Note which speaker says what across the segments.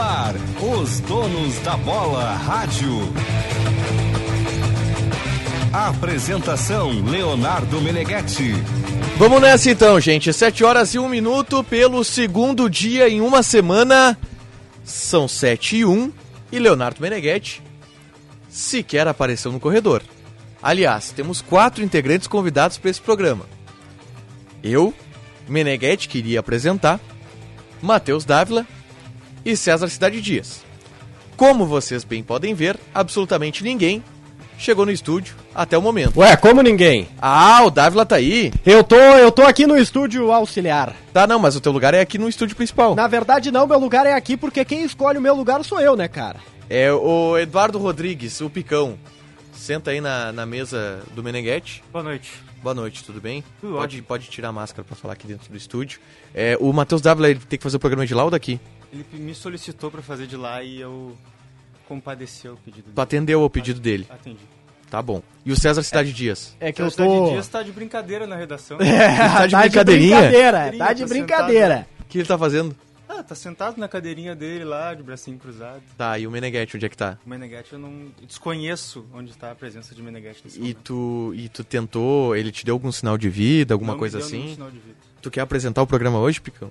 Speaker 1: ar, os donos da bola rádio. Apresentação Leonardo Meneghetti.
Speaker 2: Vamos nessa então, gente. 7 horas e 1 minuto pelo segundo dia em uma semana. São 7 e 1 e Leonardo Meneghetti sequer apareceu no corredor. Aliás, temos quatro integrantes convidados para esse programa. Eu, Meneghetti, queria apresentar, Matheus Dávila e César Cidade Dias. Como vocês bem podem ver, absolutamente ninguém chegou no estúdio até o momento.
Speaker 3: Ué, como ninguém?
Speaker 2: Ah, o Dávila tá aí.
Speaker 3: Eu tô, eu tô aqui no estúdio auxiliar.
Speaker 2: Tá, não, mas o teu lugar é aqui no estúdio principal.
Speaker 3: Na verdade não, meu lugar é aqui porque quem escolhe o meu lugar sou eu, né, cara?
Speaker 2: É o Eduardo Rodrigues, o Picão. Senta aí na, na mesa do Meneghetti.
Speaker 4: Boa noite.
Speaker 2: Boa noite, tudo bem?
Speaker 4: Tudo
Speaker 2: pode, pode tirar a máscara pra falar aqui dentro do estúdio. É, o Matheus Dávila ele tem que fazer o programa de lá ou daqui?
Speaker 4: Ele me solicitou pra fazer de lá e eu compadeci ao pedido
Speaker 2: Tu
Speaker 4: dele.
Speaker 2: atendeu ao pedido dele.
Speaker 4: Atendi.
Speaker 2: Tá bom. E o César Cidade Dias?
Speaker 3: É que
Speaker 4: o
Speaker 3: eu
Speaker 4: Cidade
Speaker 3: tô...
Speaker 4: Dias tá de brincadeira na redação.
Speaker 2: Tá
Speaker 3: tá
Speaker 2: de brincadeirinha?
Speaker 3: brincadeira, tá de
Speaker 4: Tô
Speaker 3: brincadeira.
Speaker 2: O que ele tá fazendo?
Speaker 4: Ah, tá sentado na cadeirinha dele lá, de bracinho cruzado.
Speaker 2: Tá, e o Meneghetti, onde é que tá?
Speaker 4: O Meneghetti, eu não desconheço onde tá a presença de Meneghetti nesse
Speaker 2: E tu, e tu tentou, ele te deu algum sinal de vida, alguma
Speaker 4: Não me
Speaker 2: coisa
Speaker 4: deu nenhum
Speaker 2: assim?
Speaker 4: sinal de vida.
Speaker 2: Tu quer apresentar o programa hoje, Picão?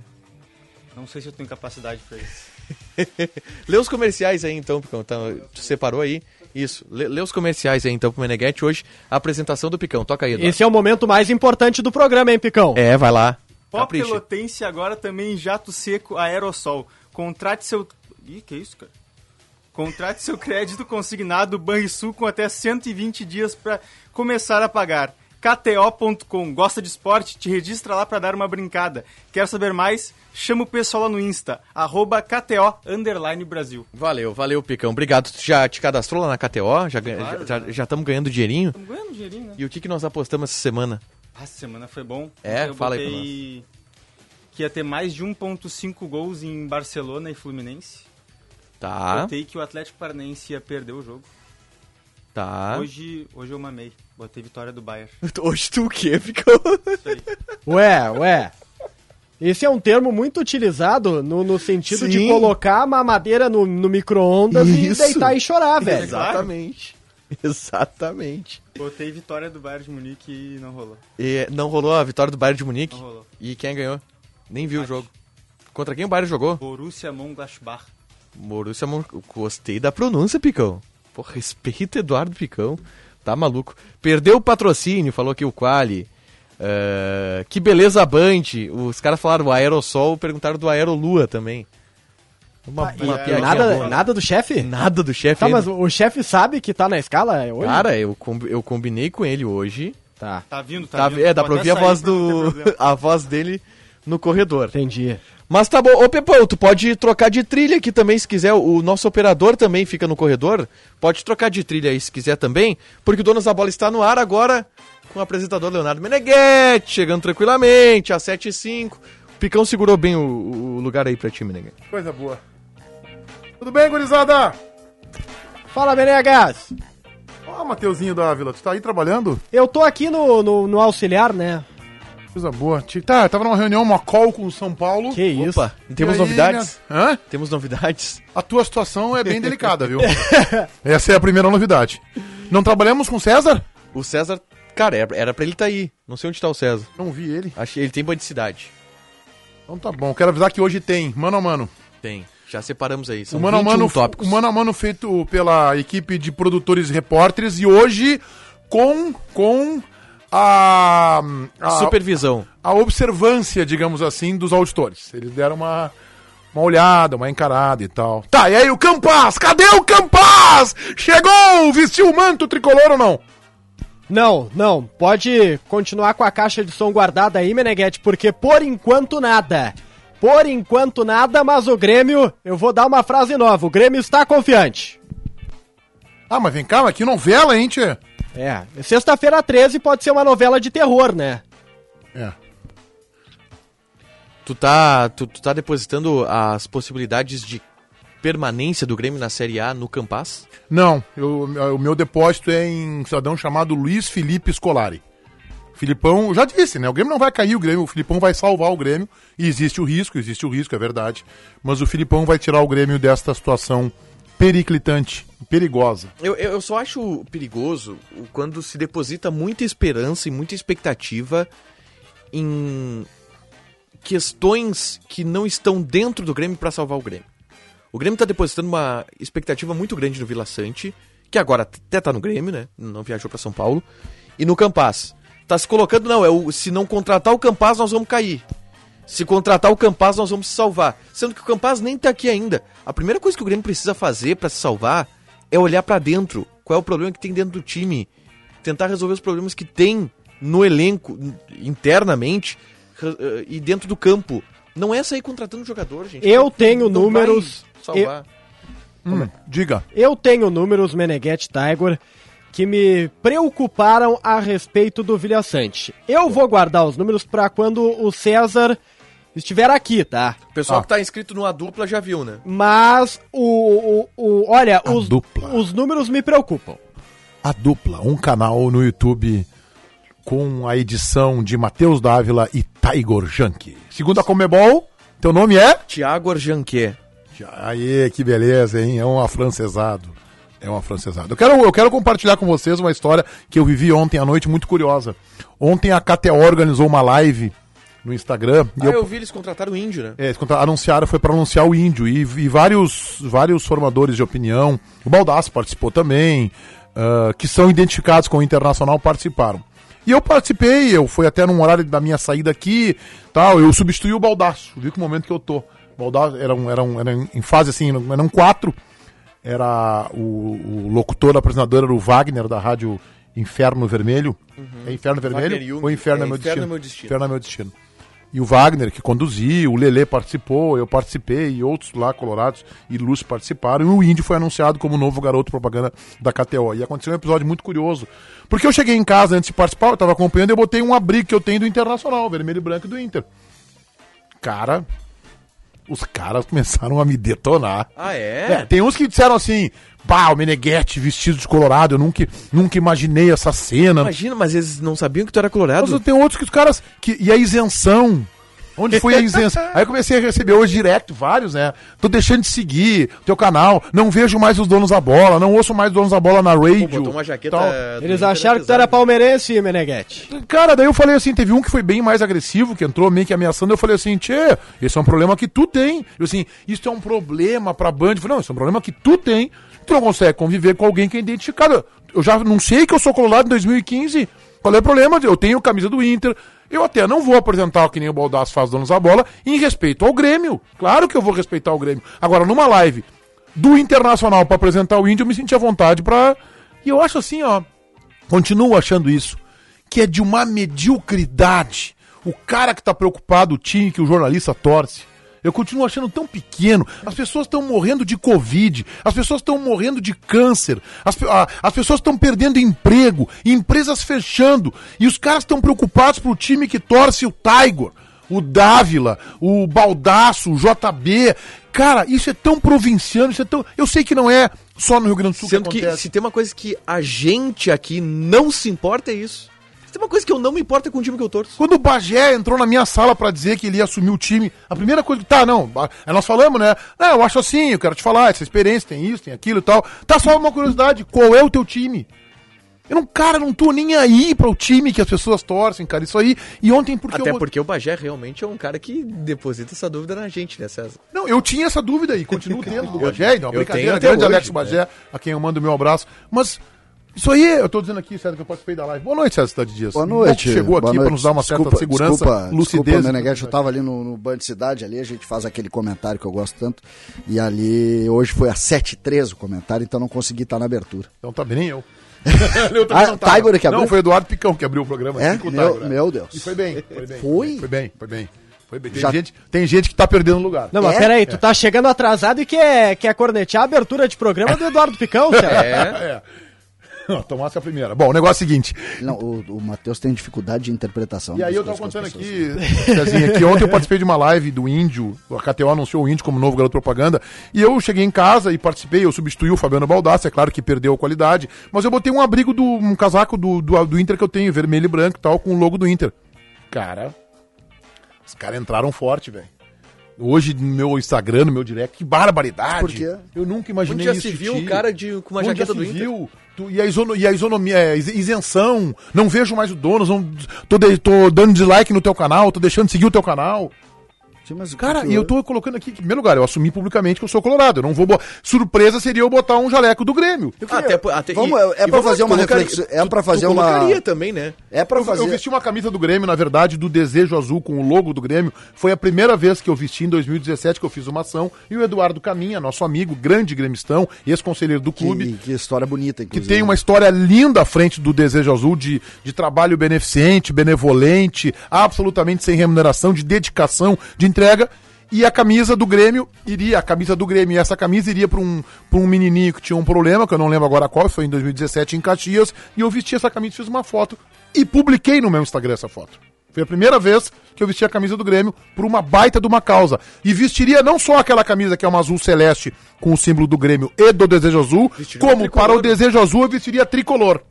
Speaker 4: Não sei se eu tenho capacidade pra isso.
Speaker 2: Lê os comerciais aí então, Picão. Tá, tu separou aí? Isso. Lê, lê os comerciais aí então pro Meneghetti hoje. A apresentação do Picão. Toca aí, Eduardo.
Speaker 3: Esse é o momento mais importante do programa, hein, Picão?
Speaker 2: É, vai lá.
Speaker 4: Pó
Speaker 2: Capricha.
Speaker 4: Pelotense agora também em jato seco aerossol. Contrate seu... Ih, que isso, cara? Contrate seu crédito consignado Banrisul com até 120 dias para começar a pagar. KTO.com. Gosta de esporte? Te registra lá para dar uma brincada. Quer saber mais? Chama o pessoal lá no Insta. Arroba KTO Underline Brasil.
Speaker 2: Valeu, valeu, Picão. Obrigado. Tu já te cadastrou lá na KTO? Já estamos
Speaker 4: Claro,
Speaker 2: já,
Speaker 4: né?
Speaker 2: já tamo ganhando dinheirinho?
Speaker 4: Estamos ganhando dinheirinho, né?
Speaker 2: E o que, que nós apostamos essa semana?
Speaker 4: Ah, essa semana foi bom.
Speaker 2: É,
Speaker 4: eu
Speaker 2: fala aí pra
Speaker 4: botei que ia ter mais de 1.5 gols em Barcelona e Fluminense.
Speaker 2: Tá,
Speaker 4: Botei que o Atlético Paranaense ia perder o jogo.
Speaker 2: tá. Hoje...
Speaker 4: Hoje, hoje eu mamei. Botei vitória do Bayern.
Speaker 2: tu o quê, Picão?
Speaker 4: Isso aí.
Speaker 3: Ué, ué. Esse é um termo muito utilizado no, no sentido de
Speaker 2: Sim.
Speaker 3: colocar a mamadeira no, no micro-ondas e
Speaker 2: Isso.
Speaker 3: deitar e chorar, velho.
Speaker 2: Exatamente. Exatamente.
Speaker 4: Botei vitória do Bayern de Munique e não rolou.
Speaker 2: E eh, não rolou a vitória do Bayern de Munique?
Speaker 4: Não rolou.
Speaker 2: E quem ganhou? Nem viu o jogo. Contra quem o Bayern jogou?
Speaker 4: Borussia Mönchengladbach.
Speaker 2: Borussia Mon... é Gostei da pronúncia, Picão. Pô, respeita Eduardo Picão. Tá maluco. Perdeu o patrocínio, falou aqui o Quali. Ah, que beleza Band. Os caras falaram o Aerosol, perguntaram do Aerolua também. Uma,
Speaker 3: E-
Speaker 2: uma
Speaker 4: é,
Speaker 2: piadinha boa.
Speaker 3: nada, nada do chefe?
Speaker 2: Nada do chefe.
Speaker 3: Tá,
Speaker 2: ainda.
Speaker 3: mas o o chefe sabe que tá na escala hoje?
Speaker 2: Cara, eu, com- eu combinei com ele hoje.
Speaker 3: Tá,
Speaker 4: Tá vindo, tá,
Speaker 2: Tá,
Speaker 4: vindo.
Speaker 2: é, dá
Speaker 4: Vou
Speaker 2: pra
Speaker 4: até
Speaker 2: ouvir a
Speaker 4: sair
Speaker 2: voz
Speaker 4: pra não
Speaker 2: do.
Speaker 4: ter problema.
Speaker 2: a voz dele no corredor.
Speaker 3: entendi.
Speaker 2: Mas tá bom, ô Pepão, tu pode trocar de trilha aqui também, se quiser. O nosso operador também fica no corredor. Pode trocar de trilha aí se quiser também, porque o Donos da Bola está no ar agora com o apresentador Leonardo Meneghetti, chegando tranquilamente, às 7 e 05 O Picão segurou bem o, o lugar aí pra ti, Meneghetti.
Speaker 5: Coisa boa. Tudo bem, gurizada?
Speaker 3: Fala, Menegas.
Speaker 5: Ó, Mateuzinho da Ávila, tu tá aí trabalhando?
Speaker 3: Eu tô aqui no, no, no auxiliar, né?
Speaker 5: Coisa boa. Ti- Tá, eu tava numa reunião, uma call com o São Paulo.
Speaker 3: Que isso.
Speaker 2: Opa, temos
Speaker 5: E aí,
Speaker 2: novidades?
Speaker 5: né? Hã?
Speaker 2: Temos novidades?
Speaker 5: A tua situação é bem delicada, viu? Essa é a primeira novidade. Não trabalhamos com o César?
Speaker 2: O César, cara, era- era pra ele tá aí. Não sei onde tá o César.
Speaker 5: Não vi ele.
Speaker 2: Achei, ele tem bandicidade.
Speaker 5: Então tá bom. Quero avisar que hoje tem, mano a mano.
Speaker 2: Tem. Já separamos aí. São
Speaker 5: O mano a
Speaker 2: 21
Speaker 5: mano,
Speaker 2: tópicos.
Speaker 5: o mano a mano feito pela equipe de produtores e repórteres e hoje com com a, a
Speaker 2: Supervisão.
Speaker 5: a observância, digamos assim, dos auditores. Eles deram uma, uma olhada, uma encarada e tal. Tá, e aí o Campas? Cadê o Campas? Chegou! Vestiu o manto tricolor ou não?
Speaker 3: Não, não. Pode continuar com a caixa de som guardada aí, Meneghete, porque por enquanto nada. Por enquanto nada, mas o Grêmio, eu vou dar uma frase nova. O Grêmio está confiante.
Speaker 5: Ah, mas vem cá, mas que novela, hein, tchê?
Speaker 3: É, sexta-feira 13 pode ser uma novela de terror, né?
Speaker 5: É.
Speaker 2: Tu tá, tu, tu tá depositando as possibilidades de permanência do Grêmio na Série A no Campas?
Speaker 5: Não, eu- o meu depósito é em um cidadão chamado Luiz Felipe Scolari. Filipão, já disse, né? O Grêmio não vai cair, o Grêmio, o Filipão vai salvar o Grêmio. E existe o risco, existe o risco, é verdade. Mas o Filipão vai tirar o Grêmio desta situação periclitante, perigosa.
Speaker 2: Eu, eu eu só acho perigoso o- quando se deposita muita esperança e muita expectativa em questões que não estão dentro do Grêmio pra salvar o Grêmio. O Grêmio tá depositando uma expectativa muito grande no Vila Sante, que agora até tá no Grêmio, né? Não viajou pra São Paulo. E no Campaz. Tá se colocando, não, é o, se não contratar o Campaz, nós vamos cair. Se contratar o Campaz, nós vamos se salvar. Sendo que o Campaz nem tá aqui ainda. A primeira coisa que o Grêmio precisa fazer pra se salvar é olhar pra dentro. Qual é o problema que tem dentro do time? Tentar resolver os problemas que tem no elenco, in- internamente re- eh, e dentro do campo. Não é sair contratando jogador, gente.
Speaker 3: Eu
Speaker 2: Não-
Speaker 3: tenho
Speaker 2: não
Speaker 3: números.
Speaker 2: vai Salvar.
Speaker 5: Hum, diga.
Speaker 3: Eu tenho números, Meneghetti Tiger, que me preocuparam a respeito do Vilhaçante. Eu vou guardar os números pra quando o César estiver aqui, tá?
Speaker 2: O pessoal
Speaker 5: Ah.
Speaker 2: que tá inscrito numa dupla já viu, né?
Speaker 3: Mas o. o, o- olha,
Speaker 5: A
Speaker 3: os,
Speaker 5: dupla.
Speaker 3: os números me preocupam.
Speaker 5: A Dupla, um canal no YouTube com a edição de Matheus Dávila e Tiger Junk. Segundo a Comebol, teu nome é?
Speaker 2: Tiago Arjanquet.
Speaker 5: Aê, que beleza, hein? É um afrancesado. É um afrancesado. Eu quero, eu quero compartilhar com vocês uma história que eu vivi ontem à noite, muito curiosa. Ontem a KTO organizou uma live no Instagram. e
Speaker 2: Ah, eu... vi, eles contrataram o índio, né?
Speaker 5: é, eles contra- anunciaram, foi para anunciar o índio. E, e vários, vários formadores de opinião, o Baldasso participou também, ah, que são identificados com o Internacional, participaram. E eu participei, eu fui até num horário da minha saída aqui, tal, eu substituí o Baldasso, viu que momento que eu tô. Baldasso era, um, era, um, era em fase assim, eram quatro. Era o, o locutor, o apresentador era o Wagner da rádio Inferno Vermelho. É Inferno
Speaker 2: Uhum. Wagner
Speaker 5: Vermelho?
Speaker 2: Jung.
Speaker 5: Ou Inferno é,
Speaker 2: É Inferno
Speaker 5: meu, destino.
Speaker 2: é Meu Destino.
Speaker 5: Inferno é meu destino. E o Wagner, que conduziu, o Lelê participou, eu participei, e outros lá, colorados e Lúcio participaram, e o Índio foi anunciado como novo garoto propaganda da KTO. E aconteceu um episódio muito curioso, porque eu cheguei em casa antes de participar, eu tava acompanhando, e eu botei um abrigo que eu tenho do Internacional, vermelho e branco e do Inter. Cara, os caras começaram a me detonar.
Speaker 2: Ah,
Speaker 5: É, tem uns que disseram assim, bah, o Meneghetti vestido de colorado, eu nunca, nunca imaginei essa cena.
Speaker 2: Imagina, mas eles não sabiam que tu era colorado.
Speaker 5: Mas tem outros que os caras. Que, e a isenção? Onde foi a isenção? Aí eu comecei a receber hoje direto vários, né? Tô deixando de seguir teu canal, não vejo mais os donos da bola, não ouço mais os donos da bola na radio.
Speaker 2: Pô, botou uma jaqueta. eh,
Speaker 5: tal.
Speaker 2: do
Speaker 3: Eles
Speaker 2: Inter,
Speaker 3: acharam que tu
Speaker 2: apesar
Speaker 3: era
Speaker 2: de-
Speaker 3: palmeirense, Meneghetti.
Speaker 5: Cara, daí eu falei assim, teve um que foi bem mais agressivo, que entrou meio que ameaçando, eu falei assim, tchê, esse é um problema que tu tem. Eu assim, isso é um problema pra Band. Eu falei, não, isso é um problema que tu tem. Tu não consegue conviver com alguém que é identificado. Eu já não sei que eu sou colorado em 2015. Qual é o problema? Eu tenho camisa do Inter. Eu até não vou apresentar que nem o Baldasso faz donos da bola, em respeito ao Grêmio. Claro que eu vou respeitar o Grêmio. Agora, numa live do Internacional pra apresentar o Índio, eu me senti à vontade pra... E eu acho assim, ó, continuo achando isso, que é de uma mediocridade. O cara que tá preocupado, o time que o jornalista torce. Eu continuo achando tão pequeno. As pessoas estão morrendo de Covid, as pessoas estão morrendo de câncer, as, pe- a- as pessoas estão perdendo emprego, empresas fechando, e os caras estão preocupados pro time que torce o Tiger, o Dávila, o Baldaço, o JB. Cara, isso é tão provinciano, isso é tão. Eu sei que não é só no Rio Grande do Sul
Speaker 2: Sendo que
Speaker 5: acontece.
Speaker 2: se tem uma coisa que a gente aqui não se importa é isso. Se tem uma coisa que eu não me importo é com o time que eu torço.
Speaker 5: Quando o Bagé entrou na minha sala pra dizer que ele ia assumir o time, a primeira coisa que. Tá, não. ba- Aí nós falamos, né? Ah, eu acho assim, eu quero te falar, essa experiência, tem isso, tem aquilo e tal. Tá só uma curiosidade: qual é o teu time? Eu não, cara, não tô nem aí para o time que as pessoas torcem, cara. Isso aí. E ontem, porque
Speaker 2: Até
Speaker 5: eu.
Speaker 2: porque o Bagé realmente é um cara que deposita essa dúvida na gente, né, César?
Speaker 5: Não, eu tinha essa dúvida e continuo tendo do Bagé, não,
Speaker 2: eu
Speaker 5: brincadeira,
Speaker 2: tenho até
Speaker 5: grande
Speaker 2: hoje, né?
Speaker 5: Alex Bagé, a quem eu mando o meu abraço. Mas isso aí, eu tô dizendo aqui, César, que eu participei da live. Boa noite, César Cidade Dias.
Speaker 6: Boa
Speaker 5: Um bom
Speaker 6: noite.
Speaker 5: que chegou aqui
Speaker 6: boa
Speaker 5: para
Speaker 6: noite.
Speaker 5: nos dar uma certa
Speaker 6: Desculpa,
Speaker 5: segurança,
Speaker 6: Desculpa,
Speaker 5: lucidez.
Speaker 6: Desculpa, Meneghete, eu tava ali no, no Band Cidade, ali a gente faz aquele comentário que eu gosto tanto. E ali, hoje foi a 7h13 o comentário, então não consegui estar na abertura.
Speaker 5: Então tá bem nem eu.
Speaker 6: Ah, Tiger que
Speaker 5: Então tá. Não,
Speaker 6: abriu?
Speaker 5: foi o Eduardo Picão que abriu o programa.
Speaker 6: É?
Speaker 5: assim, com o
Speaker 6: Meu-
Speaker 5: Tiger, é.
Speaker 6: meu Deus.
Speaker 5: E foi bem, foi bem.
Speaker 6: Foi?
Speaker 5: Foi bem, foi bem. Foi bem. Tem,
Speaker 6: Já-
Speaker 5: gente, tem gente que tá perdendo lugar.
Speaker 3: Não, mas
Speaker 6: É?
Speaker 3: peraí, tu tá chegando
Speaker 6: É.
Speaker 3: atrasado e quer, quer cornetear a abertura de programa do Eduardo Picão, César.
Speaker 5: É. Não, Tomás que é a primeira. Bom, o negócio é o seguinte.
Speaker 6: Não, o, o Matheus tem dificuldade de interpretação.
Speaker 5: E aí eu
Speaker 6: das
Speaker 5: tava
Speaker 6: coisas com
Speaker 5: contando
Speaker 6: as pessoas. né?
Speaker 5: aqui, Cezinha, que ontem eu participei de uma live do Índio, a KTO anunciou o Índio como novo garoto propaganda, e eu cheguei em casa e participei, eu substituí o Fabiano Baldassi, é claro que perdeu a qualidade, mas eu botei um abrigo, do, um casaco do, do, do Inter que eu tenho, vermelho e branco e tal, com o logo do Inter. Cara, os caras entraram forte, velho. Hoje no meu Instagram, no meu direct, que barbaridade.
Speaker 6: Por quê?
Speaker 5: Eu nunca imaginei
Speaker 2: Onde já
Speaker 5: isso
Speaker 2: se
Speaker 5: de
Speaker 2: viu
Speaker 5: ti.
Speaker 2: o cara de- com uma
Speaker 5: Onde já
Speaker 2: jaqueta
Speaker 5: se
Speaker 2: do Inter?
Speaker 5: viu? Tu- e, a isono- e a isonomia, é, is- isenção, não vejo mais o dono, não, tô, de- tô dando dislike no teu canal, tô deixando de seguir o teu canal.
Speaker 6: Sim, mas o que
Speaker 5: Cara,
Speaker 6: que
Speaker 5: e eu tô colocando aqui, que, em primeiro lugar, eu assumi publicamente que eu sou colorado, eu não vou... bo- Surpresa seria eu botar um jaleco do Grêmio. Eu,
Speaker 2: Até, po- até,
Speaker 6: Vamos- é pra
Speaker 2: vamos lá,
Speaker 6: fazer uma
Speaker 2: colocaria-
Speaker 6: reflexão- é
Speaker 2: tu-
Speaker 6: pra fazer
Speaker 2: tu
Speaker 6: uma-
Speaker 2: colocaria também, né?
Speaker 6: É pra fazer.
Speaker 5: eu vesti um uma camisa do Grêmio, na verdade, do Desejo Azul com o logo do Grêmio. Foi a primeira vez que eu vesti em 2017 que eu fiz uma ação. E o Eduardo Caminha, nosso amigo, grande gremistão, ex-conselheiro do clube,
Speaker 6: Que, que história bonita,
Speaker 5: que
Speaker 6: inclusive. né?
Speaker 5: tem uma história linda à frente do Desejo Azul de, de trabalho beneficente, benevolente, absolutamente sem remuneração, de dedicação, de entrega. E a camisa do Grêmio iria, a camisa do Grêmio, e essa camisa iria para um, pra um menininho que tinha um problema, que eu não lembro agora qual, foi em 2017 em Caxias, e eu vesti essa camisa, fiz uma foto e publiquei no meu Instagram essa foto. Foi a primeira vez que eu vesti a camisa do Grêmio por uma baita de uma causa. E vestiria não só aquela camisa que é uma azul celeste com o símbolo do Grêmio e do Desejo Azul, como para o Desejo Azul eu vestiria tricolor.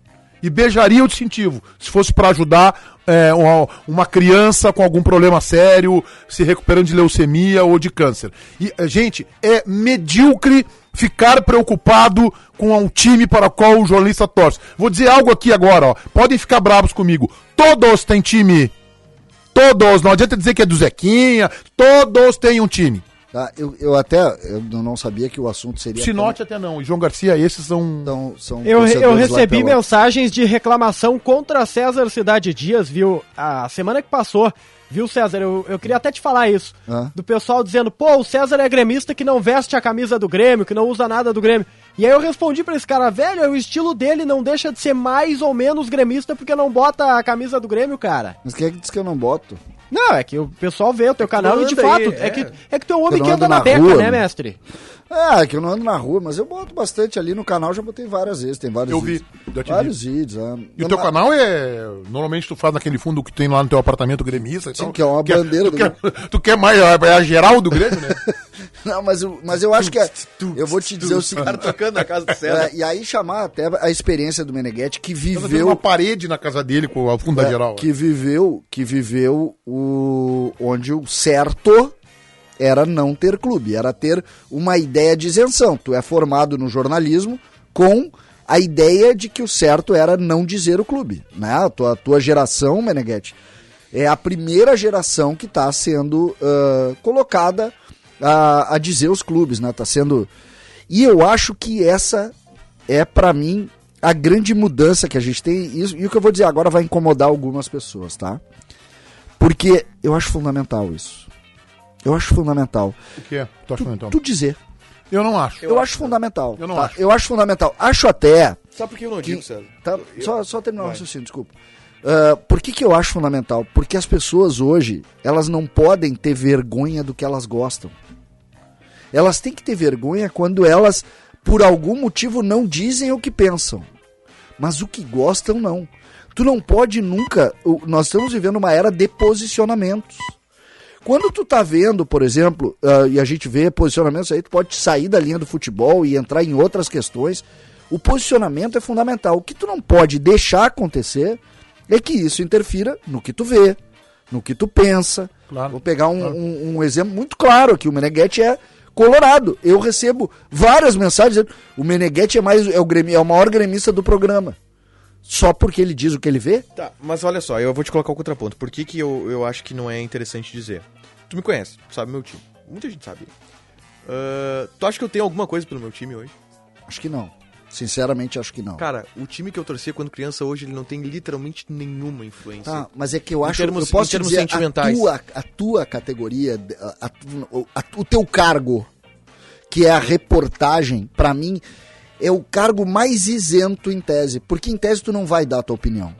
Speaker 5: E beijaria o distintivo. Se fosse para ajudar é, uma, uma criança com algum problema sério, se recuperando de leucemia ou de câncer. E, eh, gente, é medíocre ficar preocupado com um time para o qual o jornalista torce. Vou dizer algo aqui agora, ó. Podem ficar bravos comigo. Todos têm time. Todos, não adianta dizer que é do Zequinha, todos têm um time.
Speaker 6: Tá, eu, eu até eu não sabia que o assunto seria.
Speaker 5: Sinote até não, e João Garcia, esses são.
Speaker 6: Então, são
Speaker 3: Eu, eu
Speaker 6: torcedores lá
Speaker 3: recebi
Speaker 6: pela-
Speaker 3: mensagens de reclamação contra César Cidade Dias, viu? A semana que passou, viu, César? Eu, eu queria até te falar isso.
Speaker 6: Ah.
Speaker 3: Do pessoal dizendo, pô, o César é gremista que não veste a camisa do Grêmio, que não usa nada do Grêmio. E aí eu respondi pra esse cara, velho, é o estilo dele não deixa de ser mais ou menos gremista porque não bota a camisa do Grêmio, cara.
Speaker 6: Mas quem é que disse que eu não boto?
Speaker 3: Não, é que o pessoal vê o teu canal e de
Speaker 2: anda aí,
Speaker 3: fato, é,
Speaker 2: é.
Speaker 3: que é que tu é um homem
Speaker 6: Eu
Speaker 3: que
Speaker 6: não
Speaker 3: anda
Speaker 6: ando
Speaker 3: na
Speaker 6: na
Speaker 3: beca,
Speaker 6: rua,
Speaker 3: né,
Speaker 6: né?
Speaker 3: mestre?
Speaker 6: É, que eu não ando na rua, mas eu boto bastante ali no canal, já botei várias vezes, tem vários
Speaker 5: Eu vi,
Speaker 6: vídeos.
Speaker 5: eu te vi.
Speaker 6: vários vídeos. ah.
Speaker 5: E o teu canal é. Normalmente tu faz naquele fundo que tem lá no teu apartamento gremista. e
Speaker 6: Sim,
Speaker 5: tal.
Speaker 6: que é uma
Speaker 5: Tu quer-
Speaker 6: bandeira
Speaker 5: Tu
Speaker 6: do
Speaker 5: quer, tu quer mais. É a geral do Grêmio, né?
Speaker 6: Não, mas, eu- mas eu acho que é. Eu vou te dizer o seguinte.
Speaker 2: Tocando na casa do César.
Speaker 6: é, e aí chamar até a experiência do Meneghetti que
Speaker 5: Então, Tem uma
Speaker 6: viveu.
Speaker 5: parede na casa dele com a fundo
Speaker 6: é,
Speaker 5: da geral. né?
Speaker 6: que viveu. Que viveu o. onde o certo era não ter clube, era ter uma ideia de isenção. Tu é formado no jornalismo com a ideia de que o certo era não dizer o clube. Né? A tua, tua geração, Meneghetti, é a primeira geração que está sendo ah, colocada a, a dizer os clubes, né? Tá sendo. E eu acho que essa é, para mim, a grande mudança que a gente tem. E, isso- e o que eu vou dizer agora vai incomodar algumas pessoas, tá? Porque eu acho fundamental isso. Eu acho fundamental.
Speaker 5: O que é? Tu acha então?
Speaker 6: Tu dizer.
Speaker 5: Eu não acho.
Speaker 6: Eu, acho, fundamental.
Speaker 5: Eu não
Speaker 6: tá?
Speaker 5: acho.
Speaker 6: Eu acho fundamental. Acho até.
Speaker 2: Sabe por que eu não digo, César?
Speaker 6: Tá, só, só terminar o raciocínio, desculpa. Ah, por que, que eu acho fundamental? Porque as pessoas hoje, elas não podem ter vergonha do que elas gostam. Elas têm que ter vergonha quando elas, por algum motivo, não dizem o que pensam. Mas o que gostam, não. Tu não pode nunca. o- Nós estamos vivendo uma era de posicionamentos. Quando tu tá vendo, por exemplo, ah, e a gente vê posicionamentos aí, tu pode sair da linha do futebol e entrar em outras questões. O posicionamento é fundamental. O que tu não pode deixar acontecer é que isso interfira no que tu vê, no que tu pensa.
Speaker 5: Claro,
Speaker 6: Vou pegar um, um- um exemplo muito claro aqui. O Meneghetti é colorado. Eu recebo várias mensagens dizendo o Meneghetti é, mais, é, o, gremi, é o maior gremista do programa. Só porque ele diz o que ele vê?
Speaker 2: Tá, mas olha só, eu vou te colocar o contraponto. Por que, que eu, eu acho que não é interessante dizer? Tu me conhece, tu sabe meu time. Muita gente sabe. Ah, tu acha que eu tenho alguma coisa pelo meu time hoje?
Speaker 6: Acho que não. Sinceramente, acho que não.
Speaker 2: Cara, o time que eu torcia quando criança hoje, ele não tem literalmente nenhuma influência.
Speaker 6: Tá, mas é que eu acho
Speaker 2: termos-
Speaker 6: eu posso
Speaker 2: em
Speaker 6: te
Speaker 2: termos
Speaker 6: dizer,
Speaker 2: sentimentais.
Speaker 6: A tua, a tua categoria, a- a tu- a- o teu cargo, que é a reportagem, pra mim, é o cargo mais isento em tese. Porque em tese tu não vai dar a tua opinião.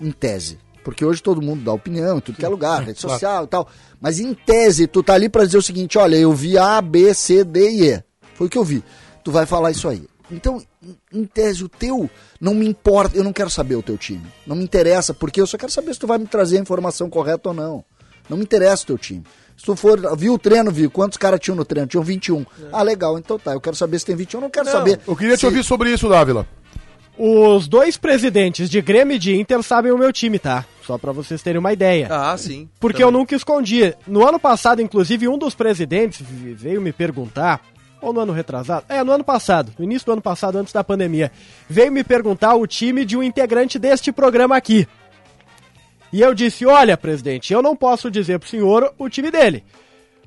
Speaker 6: Em tese. Porque hoje todo mundo dá opinião, em tudo que é lugar, rede
Speaker 5: claro.
Speaker 6: social e tal. Mas em tese, tu tá ali pra dizer o seguinte: olha, eu vi A, B, C, D e E. Foi o que eu vi. Tu vai falar isso aí. Então, em- em tese, o teu não me importa, eu não quero saber o teu time. Não me interessa, porque eu só quero saber se tu vai me trazer a informação correta ou não. Não me interessa o teu time. Se tu for, viu o treino, viu quantos caras tinham no treino? Tinham 21. Ah, legal, então tá, eu quero saber se tem 21, eu não quero saber.
Speaker 5: É. Eu queria te
Speaker 6: se-
Speaker 5: ouvir sobre isso, Dávila.
Speaker 3: Os dois presidentes de Grêmio e de Inter sabem o meu time, tá? Só pra vocês terem uma ideia.
Speaker 2: Ah, sim.
Speaker 3: Porque eu nunca escondi. No ano passado, inclusive, um dos presidentes vi- veio me perguntar, ou no ano retrasado, é, no ano passado, no início do ano passado, antes da pandemia, veio me perguntar o time de um integrante deste programa aqui. E eu disse: Olha, presidente, eu não posso dizer pro senhor o time dele,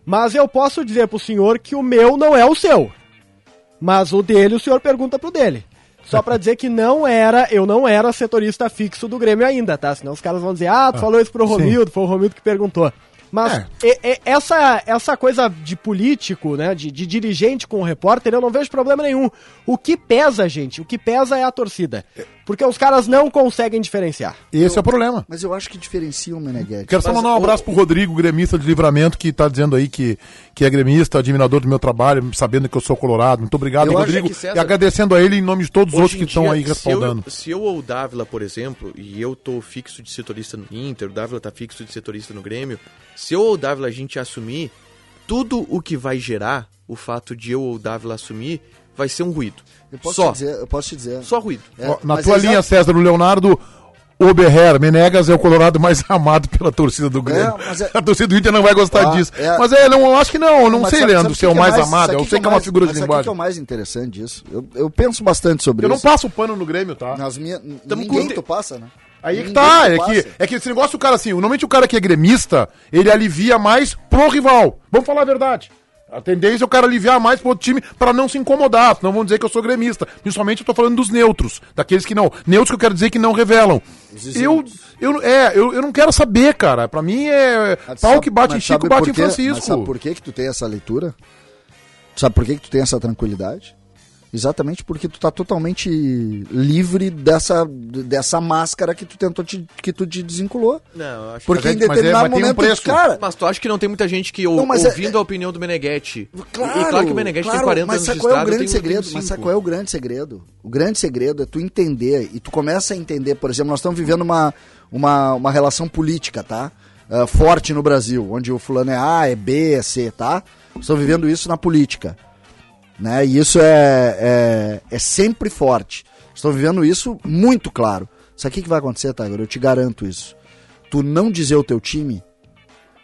Speaker 3: mas eu posso dizer pro senhor que o meu não é o seu. Mas o dele, o senhor pergunta pro dele. Só pra dizer que não era, eu não era setorista fixo do Grêmio ainda, tá? Senão os caras vão dizer, ah, tu falou isso pro Romildo, foi o Romildo que perguntou. Mas
Speaker 5: É.
Speaker 3: e- e- essa, essa coisa de político, né, de, de dirigente com o repórter, eu não vejo problema nenhum. O que pesa, gente, o que pesa é a torcida. Porque os caras não conseguem diferenciar.
Speaker 5: Esse é o problema.
Speaker 6: Mas eu acho que diferencia o Meneghetti.
Speaker 5: Quero só mandar um abraço pro Rodrigo, gremista de livramento, que tá dizendo aí que, que é gremista, admirador do meu trabalho, sabendo que eu sou colorado. Muito obrigado,
Speaker 2: Eu acho
Speaker 5: Rodrigo.
Speaker 2: que, César,
Speaker 5: e agradecendo a ele em nome de todos os
Speaker 2: Hoje
Speaker 5: outros que
Speaker 2: em
Speaker 5: estão
Speaker 2: dia,
Speaker 5: aí respaldando.
Speaker 2: Se eu, se eu ou o Dávila, por exemplo, e eu tô fixo de setorista no Inter, o Dávila tá fixo de setorista no Grêmio, se eu ou o Dávila a gente assumir, tudo o que vai gerar o fato de eu ou o Dávila assumir vai ser um ruído.
Speaker 6: Eu posso
Speaker 2: Só,
Speaker 6: te dizer, eu posso te dizer.
Speaker 2: só ruído.
Speaker 6: É,
Speaker 5: Ó, Na
Speaker 6: mas
Speaker 5: tua
Speaker 6: é
Speaker 5: linha,
Speaker 6: exato-
Speaker 5: César, o Leonardo Oberher Menegas é o colorado mais amado pela torcida do Grêmio.
Speaker 6: mas é-
Speaker 5: A torcida do Inter não vai gostar
Speaker 6: Ah,
Speaker 5: disso.
Speaker 6: é-
Speaker 5: Mas é, não, eu acho que não, eu não
Speaker 6: Mas
Speaker 5: sei,
Speaker 6: sabe-
Speaker 5: Leandro,
Speaker 6: sabe
Speaker 5: se é o
Speaker 6: que
Speaker 5: mais
Speaker 6: mais-
Speaker 5: amado.
Speaker 6: sabe
Speaker 5: Eu
Speaker 6: que
Speaker 5: sei
Speaker 6: é
Speaker 5: que é uma
Speaker 6: mais-
Speaker 5: figura de
Speaker 6: mas sabe que é
Speaker 5: linguagem.
Speaker 6: o mais interessante disso. Eu, eu penso bastante sobre
Speaker 5: Eu não
Speaker 6: isso.
Speaker 5: passo pano no Grêmio, tá?
Speaker 6: Nas minhas. n-
Speaker 2: Tamo
Speaker 6: Ninguém
Speaker 2: com-
Speaker 6: tu passa, né?
Speaker 5: Aí é que
Speaker 6: Ninguém
Speaker 5: tá,
Speaker 6: tu
Speaker 5: é
Speaker 6: passa.
Speaker 5: que, é que esse negócio, o cara assim, normalmente o cara que é gremista, ele alivia mais pro rival. Vamos falar a verdade. A tendência é o cara aliviar mais pro outro time pra não se incomodar, senão vão dizer que eu sou gremista. Principalmente eu tô falando dos neutros, daqueles que não. Neutros que eu quero dizer que não revelam. Eu, eu, é, eu, eu não quero saber, cara. Pra mim é
Speaker 6: Mas
Speaker 5: pau
Speaker 6: sabe-
Speaker 5: que bate em
Speaker 6: mas
Speaker 5: Chico,
Speaker 6: sabe
Speaker 5: bate
Speaker 6: por
Speaker 5: em
Speaker 6: quê? Mas sabe
Speaker 5: Francisco.
Speaker 6: por que, que tu tem essa leitura? Tu sabe por que, que tu tem essa tranquilidade? Exatamente porque tu tá totalmente livre dessa, dessa máscara que tu tentou te, que tu te desvinculou.
Speaker 2: Não, eu acho
Speaker 6: Porque
Speaker 5: é-
Speaker 6: em
Speaker 5: mas é-
Speaker 6: determinado
Speaker 5: mas tem um
Speaker 6: momento,
Speaker 5: preço.
Speaker 6: cara,
Speaker 2: Mas tu acha que não tem muita gente que ou-
Speaker 6: Não, mas é-
Speaker 2: ouvindo a opinião do Meneghetti?
Speaker 6: Claro,
Speaker 2: e claro que o Meneghetti
Speaker 6: claro,
Speaker 2: tem 40
Speaker 6: mas
Speaker 2: anos
Speaker 6: sabe
Speaker 2: de
Speaker 6: qual é o
Speaker 2: estrada, eu
Speaker 6: grande
Speaker 2: tenho- eu tenho
Speaker 6: segredo? Mas sabe
Speaker 2: cinco.
Speaker 6: qual é o grande segredo? O grande segredo é tu entender e tu começa a entender, por exemplo, nós estamos vivendo uma, uma, uma relação política, tá? Ah, forte no Brasil, onde o fulano é A, é B, é C, tá? Estamos vivendo isso na política né? E isso é, é, é sempre forte. Estou vivendo isso muito claro. Sabe o que que vai acontecer, Tiger? Eu te garanto isso. Tu não dizer o teu time,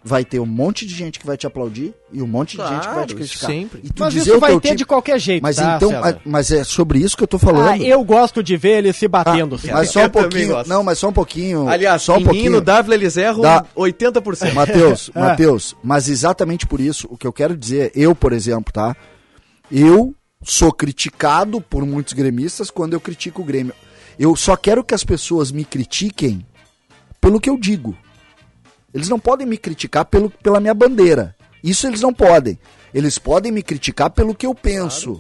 Speaker 6: vai ter um monte de gente que vai te aplaudir e um monte de
Speaker 2: Claro,
Speaker 6: gente que vai te criticar.
Speaker 2: sempre.
Speaker 6: E tu
Speaker 3: Mas
Speaker 6: dizer
Speaker 3: isso
Speaker 6: o
Speaker 3: vai
Speaker 6: teu
Speaker 3: ter
Speaker 6: time-
Speaker 3: de qualquer jeito,
Speaker 6: Mas
Speaker 3: tá,
Speaker 6: então,
Speaker 3: César?
Speaker 6: ah, mas é sobre isso que eu tô
Speaker 3: Ah,
Speaker 6: falando.
Speaker 3: eu gosto de ver eles se batendo,
Speaker 6: Ah,
Speaker 3: César.
Speaker 6: mas só
Speaker 2: Eu
Speaker 6: um
Speaker 2: também
Speaker 6: pouquinho.
Speaker 2: gosto.
Speaker 6: Não, mas só um pouquinho.
Speaker 2: Aliás,
Speaker 6: só um pouquinho.
Speaker 2: Pinguino, Dávila, eles erram
Speaker 6: Dá.
Speaker 2: 80%.
Speaker 6: Matheus,
Speaker 3: Ah.
Speaker 6: Matheus, mas exatamente por isso, o que eu quero dizer, eu, por exemplo, tá? Eu sou criticado por muitos gremistas quando eu critico o Grêmio. Eu só quero que as pessoas me critiquem pelo que eu digo. Eles não podem me criticar pelo, pela minha bandeira. Isso eles não podem. Eles podem me criticar pelo que eu penso.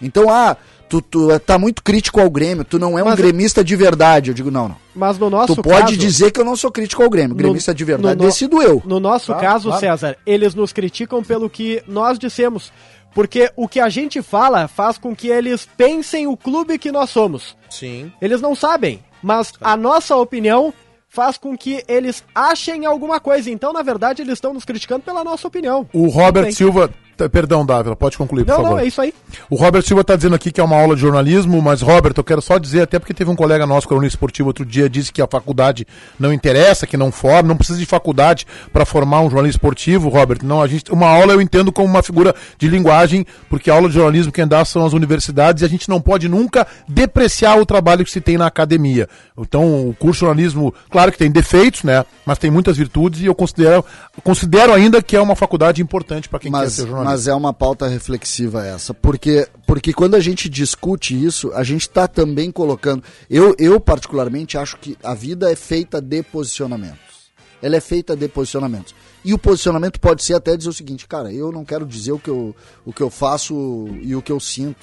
Speaker 6: Então, ah, tu, tu tá muito crítico ao Grêmio, tu não é um
Speaker 3: Mas-
Speaker 6: gremista de verdade. Eu digo, não, não.
Speaker 3: Mas no nosso
Speaker 6: tu pode
Speaker 3: caso-
Speaker 6: dizer que eu não sou crítico ao Grêmio. Gremista de verdade,
Speaker 3: no-
Speaker 6: decido eu.
Speaker 3: No nosso
Speaker 5: Claro,
Speaker 3: caso,
Speaker 5: claro.
Speaker 3: César, eles nos criticam pelo que nós dissemos. Porque o que a gente fala faz com que eles pensem o clube que nós somos.
Speaker 2: Sim.
Speaker 3: Eles não sabem, mas a nossa opinião faz com que eles achem alguma coisa. Então, na verdade, eles estão nos criticando pela nossa opinião.
Speaker 5: O
Speaker 3: Tudo
Speaker 5: Robert
Speaker 3: bem.
Speaker 5: Silva. t- Perdão, Dávila, pode concluir, por
Speaker 3: Não,
Speaker 5: favor.
Speaker 3: não, é isso aí.
Speaker 5: O Robert Silva está dizendo aqui que é uma aula de jornalismo, mas, Robert, eu quero só dizer, até porque teve um colega nosso, coronista esportivo, outro dia, disse que a faculdade não interessa, que não forma, não precisa de faculdade para formar um jornalista esportivo, Robert. Não, a gente. Uma aula eu entendo como uma figura de linguagem, porque a aula de jornalismo quem dá são as universidades e a gente não pode nunca depreciar o trabalho que se tem na academia. Então, o curso de jornalismo, claro que tem defeitos, né? Mas tem muitas virtudes e eu considero, considero ainda que é uma faculdade importante para quem quer
Speaker 6: mas,
Speaker 5: ser jornalista.
Speaker 6: mas é uma pauta reflexiva essa, porque, porque quando a gente discute isso, a gente está também colocando. Eu, eu, particularmente, acho que a vida é feita de posicionamentos. Ela é feita de posicionamentos. E o posicionamento pode ser até dizer o seguinte, cara, eu não quero dizer o que eu, o que eu faço e o que eu sinto.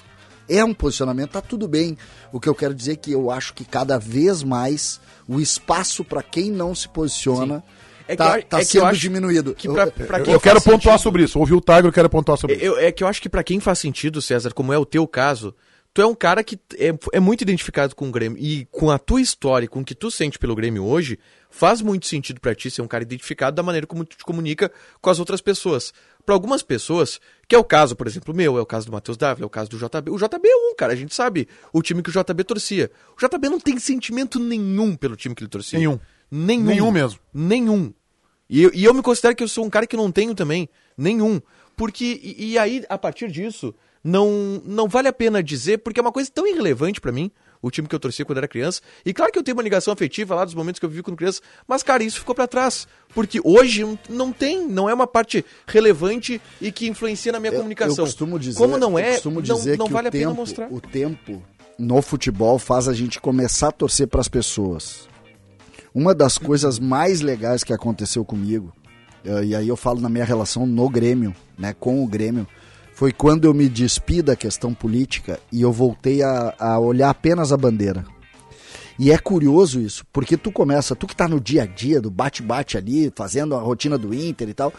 Speaker 6: É um posicionamento, tá tudo bem. O que eu quero dizer é que eu acho que cada vez mais o espaço para quem não se posiciona
Speaker 2: É que
Speaker 6: tá,
Speaker 2: eu-
Speaker 6: tá
Speaker 2: é que eu
Speaker 6: sendo
Speaker 2: acho
Speaker 6: diminuído.
Speaker 2: que pra-
Speaker 6: Eu-
Speaker 2: pra
Speaker 5: Eu-
Speaker 2: quem
Speaker 5: eu quero
Speaker 2: faz
Speaker 5: pontuar
Speaker 2: sentido-
Speaker 5: sobre isso. Ouvi o Tiger, eu quero pontuar sobre isso.
Speaker 2: Eu- é que eu acho que pra quem faz sentido, César, como é o é teu caso, tu é um cara que é, é muito identificado com o Grêmio. E com a tua história, e com o que tu sente pelo Grêmio hoje, faz muito sentido pra ti ser um cara identificado da maneira como tu te comunica com as outras pessoas. Pra algumas pessoas, que é o caso, por exemplo, meu, é o caso do Matheus Dávila, é o caso do JB. O JB é um, cara, a gente sabe o time que o JB torcia. O JB não tem sentimento nenhum pelo time que ele torcia.
Speaker 5: Nenhum.
Speaker 2: Nenhum.
Speaker 5: Nenhum mesmo.
Speaker 2: Nenhum. E eu, e eu me considero que eu sou um cara que não tenho também nenhum. Porque, e, e aí, a partir disso, não, não vale a pena dizer, porque é uma coisa tão irrelevante pra mim, o time que eu torci quando era criança. E claro que eu tenho uma ligação afetiva lá dos momentos que eu vivi quando criança, mas, cara, isso ficou pra trás. Porque hoje não- não tem, não é uma parte relevante e que influencia na minha
Speaker 6: Eu-
Speaker 2: comunicação.
Speaker 6: Eu costumo dizer,
Speaker 2: Como não
Speaker 6: eu
Speaker 2: é,
Speaker 6: costumo
Speaker 2: não-
Speaker 6: dizer
Speaker 2: não,
Speaker 6: que
Speaker 2: vale
Speaker 6: o,
Speaker 2: a
Speaker 6: tempo,
Speaker 2: pena mostrar.
Speaker 6: o tempo no futebol faz a gente começar a torcer para as pessoas. Uma das coisas mais legais que aconteceu comigo, eh, e aí eu falo na minha relação no Grêmio, né, com o Grêmio, foi quando eu me despi da questão política e eu voltei a- a olhar apenas a bandeira. E é curioso isso, porque tu começa, tu que tá no dia a dia do bate-bate ali, fazendo a rotina do Inter e tal,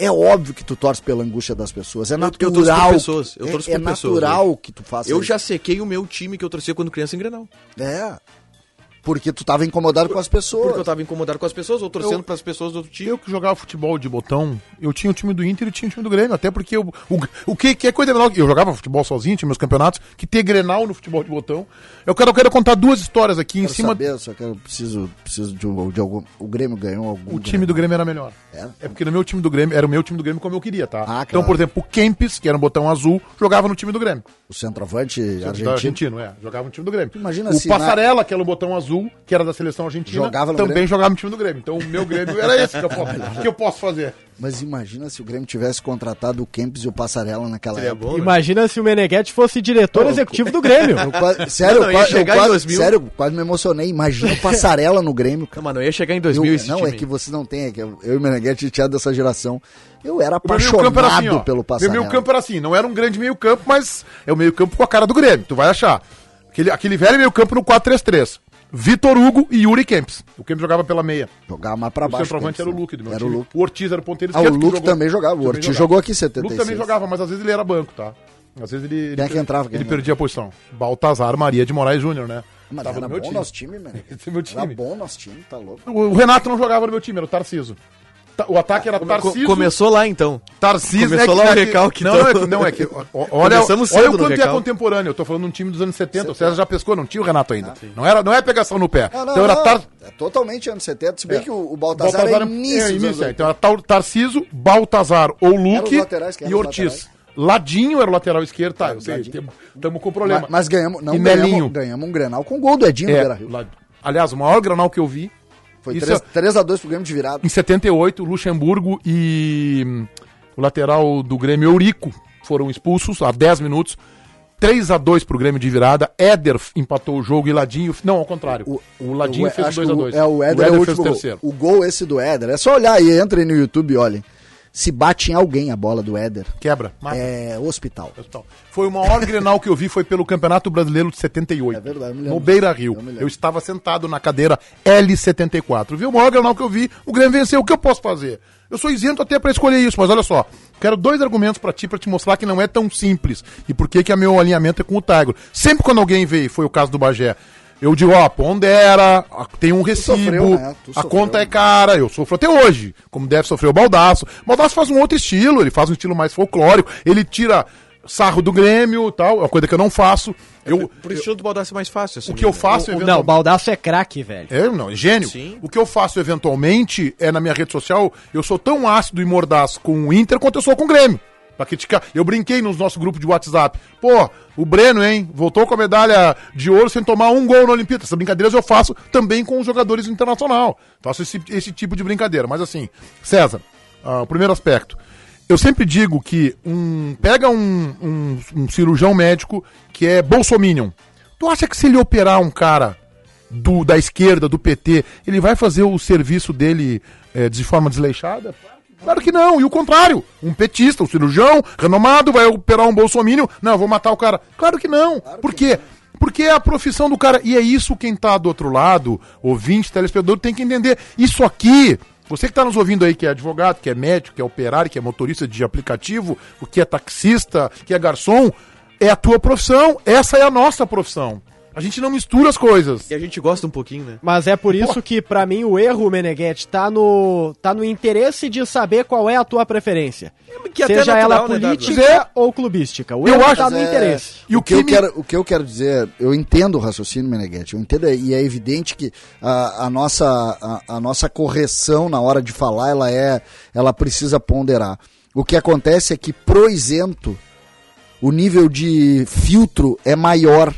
Speaker 6: é óbvio que tu torce pela angústia das pessoas, é
Speaker 2: Eu- eu torço por
Speaker 6: natural.
Speaker 2: pessoas, eu
Speaker 6: é-
Speaker 2: torço
Speaker 6: é
Speaker 2: por pessoas, né?
Speaker 6: natural que tu faça
Speaker 2: Eu
Speaker 6: isso.
Speaker 2: já sequei o meu time que eu torcia quando criança em Grenal.
Speaker 6: É. Porque tu tava incomodado com as pessoas.
Speaker 2: Porque eu tava incomodado com as pessoas ou torcendo
Speaker 5: Eu-
Speaker 2: pras pessoas do outro time.
Speaker 5: Eu que jogava futebol de botão, eu tinha o time do Inter e tinha o time do Grêmio, até porque eu- o, o que, que é coisa menor, eu jogava futebol sozinho, tinha meus campeonatos, que ter Grenal no futebol de botão. Eu quero, eu quero contar duas histórias aqui em
Speaker 6: Quero
Speaker 5: cima
Speaker 6: saber, só que eu preciso, preciso de, um- de algum. O Grêmio ganhou algum.
Speaker 5: O time do Grêmio era melhor.
Speaker 6: Era?
Speaker 5: É porque no meu time do Grêmio, era o meu time do Grêmio como eu queria, tá?
Speaker 6: então. Ah,
Speaker 5: Então,
Speaker 6: claro.
Speaker 5: por exemplo, o Kempis, que era um botão azul, jogava no time do Grêmio.
Speaker 6: O centroavante
Speaker 5: Da
Speaker 6: argentino.
Speaker 5: Argentino, é. Jogava no time do Grêmio.
Speaker 6: Imagina
Speaker 5: o
Speaker 6: se
Speaker 5: Passarela, que era o botão azul, que era da seleção argentina,
Speaker 6: Jogava no
Speaker 5: também
Speaker 6: Grêmio.
Speaker 5: jogava no time do Grêmio. Então, o meu Grêmio era esse que eu posso, que eu posso fazer.
Speaker 6: Mas imagina se o Grêmio tivesse contratado o Kempis e o Passarella naquela
Speaker 2: Seria
Speaker 6: época.
Speaker 2: bom, né?
Speaker 3: Imagina se o Meneghete fosse diretor executivo do Grêmio.
Speaker 6: Eu quase- sério,
Speaker 2: Não,
Speaker 6: eu
Speaker 2: ia
Speaker 6: quase, eu
Speaker 2: chegar em
Speaker 6: quase-
Speaker 2: 2000.
Speaker 6: sério, quase me emocionei. Imagina o Passarela no Grêmio, cara.
Speaker 2: Não, mano, eu ia chegar em
Speaker 6: Eu-
Speaker 2: 2000 esse
Speaker 6: não,
Speaker 2: time.
Speaker 6: é que você não tem. É que eu eu e o Meneghete tinha é dessa geração. Eu era
Speaker 5: O meu meio-campo
Speaker 6: apaixonado
Speaker 5: era assim, ó.
Speaker 6: pelo
Speaker 5: Meu
Speaker 6: Passarela.
Speaker 5: meio-campo era assim, não era um grande meio-campo, mas é o meio-campo com a cara do Grêmio, tu vai achar. Aquele, aquele velho meio-campo no 4-3-3. Vitor Hugo e Yuri Kempis. O Kempis jogava pela meia.
Speaker 6: Jogava mais pra
Speaker 5: O
Speaker 6: baixo.
Speaker 5: centroavante era o Luke do meu
Speaker 6: Era
Speaker 5: time.
Speaker 6: o Luke.
Speaker 5: O Ortiz era o ponteiro
Speaker 6: Ah,
Speaker 5: esquerdo.
Speaker 6: o
Speaker 5: que
Speaker 6: Luke também jogava. O
Speaker 5: Também
Speaker 6: Ortiz jogou aqui em
Speaker 5: O
Speaker 6: 76.
Speaker 5: Luke também jogava, mas às vezes ele era banco, tá? Às vezes ele... ele
Speaker 6: Quem é que entrava, quem
Speaker 5: Ele
Speaker 6: não?
Speaker 5: perdia a posição. Baltazar Maria de Moraes Júnior, né?
Speaker 6: Mas
Speaker 5: Tava
Speaker 6: era
Speaker 5: no
Speaker 6: bom
Speaker 5: meu time.
Speaker 6: nosso time, mano.
Speaker 5: Esse é meu time.
Speaker 6: Era bom nosso time, tá louco.
Speaker 5: O Renato não jogava no meu time, era o Tarciso. Ta- O ataque era
Speaker 2: Co-
Speaker 5: Tarciso.
Speaker 2: começou lá então.
Speaker 5: Tarcísio
Speaker 2: Começou
Speaker 5: é
Speaker 2: lá o
Speaker 5: que-
Speaker 2: recalque,
Speaker 5: Não,
Speaker 2: então.
Speaker 5: é que, não, é que. ó, ó, Olha,
Speaker 2: Começamos
Speaker 5: olha
Speaker 2: cedo
Speaker 5: o
Speaker 2: no
Speaker 5: quanto é
Speaker 2: recalque.
Speaker 5: contemporâneo. Eu tô falando de um time dos anos 70. O César já pescou, não tinha o Renato ainda. Não, era, não é pegação no pé.
Speaker 6: Não, não,
Speaker 5: então era
Speaker 6: não.
Speaker 5: Tar...
Speaker 6: É totalmente anos 70. Se bem
Speaker 5: É.
Speaker 6: que o, o Baltazar, era início.
Speaker 5: é,
Speaker 6: dos
Speaker 5: início, é.
Speaker 6: anos
Speaker 5: Então era Tar- Tarciso, Baltazar ou Luke
Speaker 6: laterais, que eram
Speaker 5: e
Speaker 6: os
Speaker 5: Ortiz.
Speaker 6: laterais.
Speaker 5: Ladinho era o lateral esquerdo, tá? Eu sei,
Speaker 6: Ladinho.
Speaker 5: estamos com problema.
Speaker 6: Mas, mas ganhamos, não,
Speaker 5: E Melinho.
Speaker 6: ganhamos, ganhamos um Grenal com gol do Edinho no
Speaker 5: É,
Speaker 6: Beira-Rio.
Speaker 5: Lad- Aliás, o maior granal que eu vi
Speaker 6: Foi
Speaker 5: isso
Speaker 6: 3,
Speaker 5: é-
Speaker 6: 3 a 2 pro Grêmio de virada.
Speaker 5: Em 78, Luxemburgo e hum, o lateral do Grêmio Eurico foram expulsos há 10 minutos. 3 a 2 pro Grêmio de virada. Éder empatou o jogo e Ladinho. Não, ao contrário. O, Ladinho
Speaker 6: o-
Speaker 5: fez
Speaker 6: acho
Speaker 5: o 2
Speaker 6: que
Speaker 5: a
Speaker 6: o-
Speaker 5: 2.
Speaker 6: É, o Éder, é o
Speaker 5: fez o
Speaker 6: último
Speaker 5: terceiro.
Speaker 6: gol. O gol esse do Éder. É só olhar aí, entrem no YouTube e olhem. Se bate em alguém a bola do Éder,
Speaker 5: Quebra. Mata.
Speaker 6: é hospital.
Speaker 5: Então, Foi o maior Grenal que eu vi foi pelo Campeonato Brasileiro de 78.
Speaker 6: É verdade, eu me lembro.
Speaker 5: no Beira Rio.
Speaker 6: Eu me
Speaker 5: Eu,
Speaker 6: lembro.
Speaker 5: estava sentado na cadeira L74. Viu o maior Grenal que eu vi? O Grêmio venceu. O que eu posso fazer? Eu sou isento até para escolher isso, mas olha só. Quero dois argumentos para ti para te mostrar que não é tão simples e por que que a meu alinhamento é com o Tigre. Sempre quando alguém veio, foi o caso do Bagé. Eu digo, ó, pondera, a- tem um recibo,
Speaker 6: sofreu, né? Tu
Speaker 5: a
Speaker 6: sofreu,
Speaker 5: conta é
Speaker 6: né?
Speaker 5: cara, eu sofro até hoje, como deve sofrer o Baldaço. O Baldaço faz um outro estilo, ele faz um estilo mais folclórico, ele tira sarro do Grêmio e tal, é uma coisa que eu não faço. Eu,
Speaker 2: Por isso do Baldassi é mais fácil. assim,
Speaker 5: o que eu
Speaker 2: né?
Speaker 5: faço
Speaker 3: O- não, o Baldaço é craque, velho.
Speaker 5: é, não, é gênio.
Speaker 2: Sim.
Speaker 5: O que eu faço eventualmente é na minha rede social, eu sou tão ácido e mordaz com o Inter quanto eu sou com o Grêmio. Pra criticar. Eu brinquei nos nossos grupos de WhatsApp. Pô, o Breno, hein? Voltou com a medalha de ouro sem tomar um gol na Olimpíada. Essas brincadeiras eu faço também com os jogadores do internacional. Faço esse, esse tipo de brincadeira. Mas assim, César, ah, o primeiro aspecto. Eu sempre digo que um. Pega um, um- um cirurgião médico que é Bolsominion. Tu acha que se ele operar um cara do- da esquerda, do PT, ele vai fazer o serviço dele eh, de forma desleixada? Claro que não, e o contrário. Um petista, um cirurgião, renomado, vai operar um bolsomínio. Não, eu vou matar o cara. Claro que não. Por quê? Porque é a profissão do cara. E é isso quem tá do outro lado, ouvinte, telespectador, tem que entender. Isso aqui, você que tá nos ouvindo aí, que é advogado, que é médico, que é operário, que é motorista de aplicativo, que é taxista, que é garçom, É a tua profissão, essa é a nossa profissão. A gente não mistura as coisas.
Speaker 2: E a gente gosta um pouquinho, né?
Speaker 3: Mas é por isso que, pra mim, o erro, Meneghetti, tá no, tá no interesse de saber qual é a tua preferência.
Speaker 2: que até é
Speaker 3: Seja ela
Speaker 2: natural, né, Dado?
Speaker 3: política ou clubística. O
Speaker 5: Eu
Speaker 3: erro
Speaker 5: acho-
Speaker 3: tá no
Speaker 6: É,
Speaker 3: interesse.
Speaker 5: E
Speaker 6: o,
Speaker 5: o
Speaker 6: que,
Speaker 5: que
Speaker 6: eu
Speaker 5: me-
Speaker 6: quero, o que eu quero dizer, eu entendo o raciocínio, Meneghetti, eu entendo, e é evidente que a, a nossa, a, a nossa correção na hora de falar, ela é, ela precisa ponderar. O que acontece é que pro isento, o nível de filtro é maior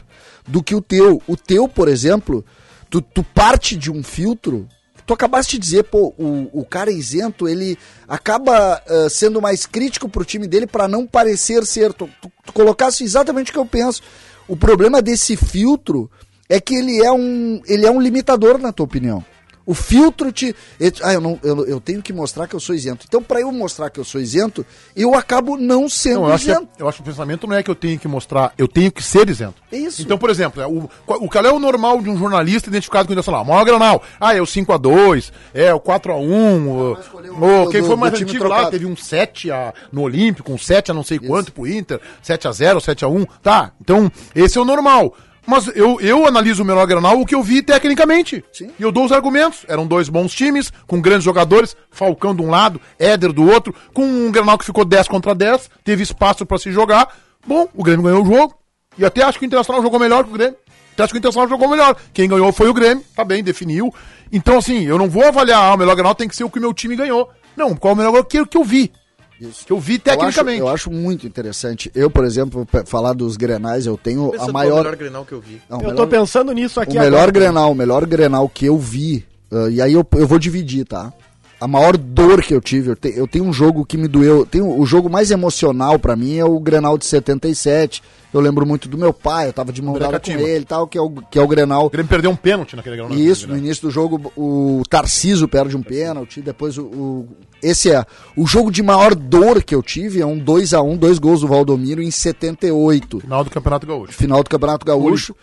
Speaker 6: do que o teu. O teu, por exemplo, tu, tu parte de um filtro. Tu acabaste de dizer, pô, o, o cara isento, ele acaba ah, sendo mais crítico pro time dele pra não parecer ser. Tu, tu, tu colocaste exatamente o que eu penso. O problema desse filtro é que ele é um, ele é um limitador, na tua opinião. O filtro te. ele- Ah, eu, não, eu, eu tenho que mostrar que eu sou isento. Então, pra eu mostrar que eu sou isento, eu acabo não sendo
Speaker 5: Não, eu, acho que,
Speaker 6: isento.
Speaker 5: é- eu acho que o pensamento não é que eu tenho que mostrar, eu tenho que ser isento.
Speaker 6: Isso.
Speaker 5: Então, por exemplo, o, o qual é o normal de um jornalista identificado com o Internacional? Maior granal. Ah, é o 5x2, é o 4x1.
Speaker 6: escolheu
Speaker 5: O,
Speaker 6: o
Speaker 5: quem
Speaker 6: do-
Speaker 5: foi
Speaker 6: do
Speaker 5: mais
Speaker 6: time
Speaker 5: antigo lá
Speaker 6: trocado.
Speaker 5: teve um 7 a, no Olímpico, um 7 a não sei quanto pro Inter, 7x0, 7x1. Tá, então esse é o normal. Mas eu, eu analiso o menor granal o que eu vi tecnicamente.
Speaker 6: Sim.
Speaker 5: E eu dou os argumentos. Eram dois bons times, com grandes jogadores, Falcão de um lado, Éder do outro, com um Grenal que ficou 10 contra 10, teve espaço pra se jogar. Bom, o Grêmio ganhou o jogo. E até acho que o Internacional jogou melhor que o Grêmio. Até acho que o Internacional jogou melhor. Quem ganhou foi o Grêmio, tá bem, definiu. Então, assim, eu não vou avaliar, ah, o melhor Grenal tem que ser o que o meu time ganhou. Não, qual é o melhor Grenal que, que eu vi.
Speaker 6: Isso.
Speaker 5: Que eu vi
Speaker 6: Eu acho,
Speaker 5: tecnicamente.
Speaker 6: eu acho muito interessante. Eu, por exemplo, pra falar dos grenais, eu tenho
Speaker 2: Pensa
Speaker 6: a
Speaker 2: no
Speaker 6: maior.
Speaker 2: é melhor grenal que eu vi.
Speaker 6: Não,
Speaker 3: Eu
Speaker 6: melhor-
Speaker 3: tô pensando nisso
Speaker 6: O
Speaker 3: aqui
Speaker 6: melhor Grenal, o melhor Grenal que eu vi, ah, e aí eu, eu vou dividir, tá? A maior dor que eu tive, eu, te- eu tenho um jogo que me doeu, tem o jogo mais emocional pra mim é o Grenal de 77. Eu lembro muito do meu pai, eu tava de mão dada com
Speaker 5: Bracatima.
Speaker 6: ele e tal, que é o, que é o Grenal.
Speaker 5: O Grêmio perdeu um pênalti naquele Grenal.
Speaker 6: E Isso, no início do jogo o Tarciso perde um pênalti, depois o, o- esse é o jogo de maior dor que eu tive, é um 2 a 1, dois gols do Valdomiro em 78
Speaker 5: Final do Campeonato Gaúcho.
Speaker 6: final do Campeonato Gaúcho,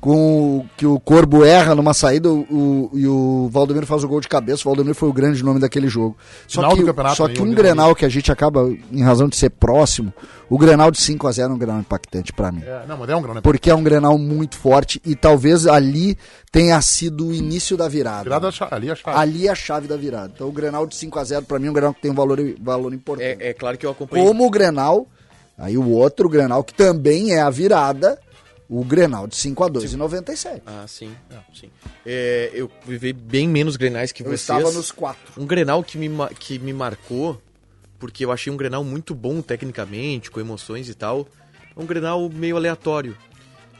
Speaker 6: com o- que o Corbo erra numa saída o, o- e o Valdomiro faz o gol de cabeça. O Valdomiro foi o grande nome daquele jogo. Só
Speaker 5: Final
Speaker 6: que,
Speaker 5: do campeonato,
Speaker 6: só
Speaker 5: né,
Speaker 6: que
Speaker 5: o
Speaker 6: um
Speaker 5: grande
Speaker 6: Grenal que a gente acaba, em razão de ser próximo, o Grenal de 5 a 0 é um Grenal impactante pra mim.
Speaker 5: É, não, mas é um Grenal.
Speaker 6: Porque é um Grenal muito forte e talvez ali tenha sido o início da virada.
Speaker 5: Virada a cha- ali a chave.
Speaker 6: Ali é a chave da virada. Então o Grenal de 5 a 0 pra mim é um Grenal que tem um valor, valor importante
Speaker 2: É, é claro que eu acompanhei.
Speaker 6: como o Grenal. Aí o outro Grenal, que também é a virada, o Grenal de 5 a 2 em 97.
Speaker 2: Ah, sim. sim. É, eu vivi bem menos grenais que
Speaker 6: Eu
Speaker 2: vocês.
Speaker 6: estava nos quatro.
Speaker 2: Um grenal que me, ma- que me marcou, porque eu achei um grenal muito bom tecnicamente, com emoções e tal. Um grenal meio aleatório.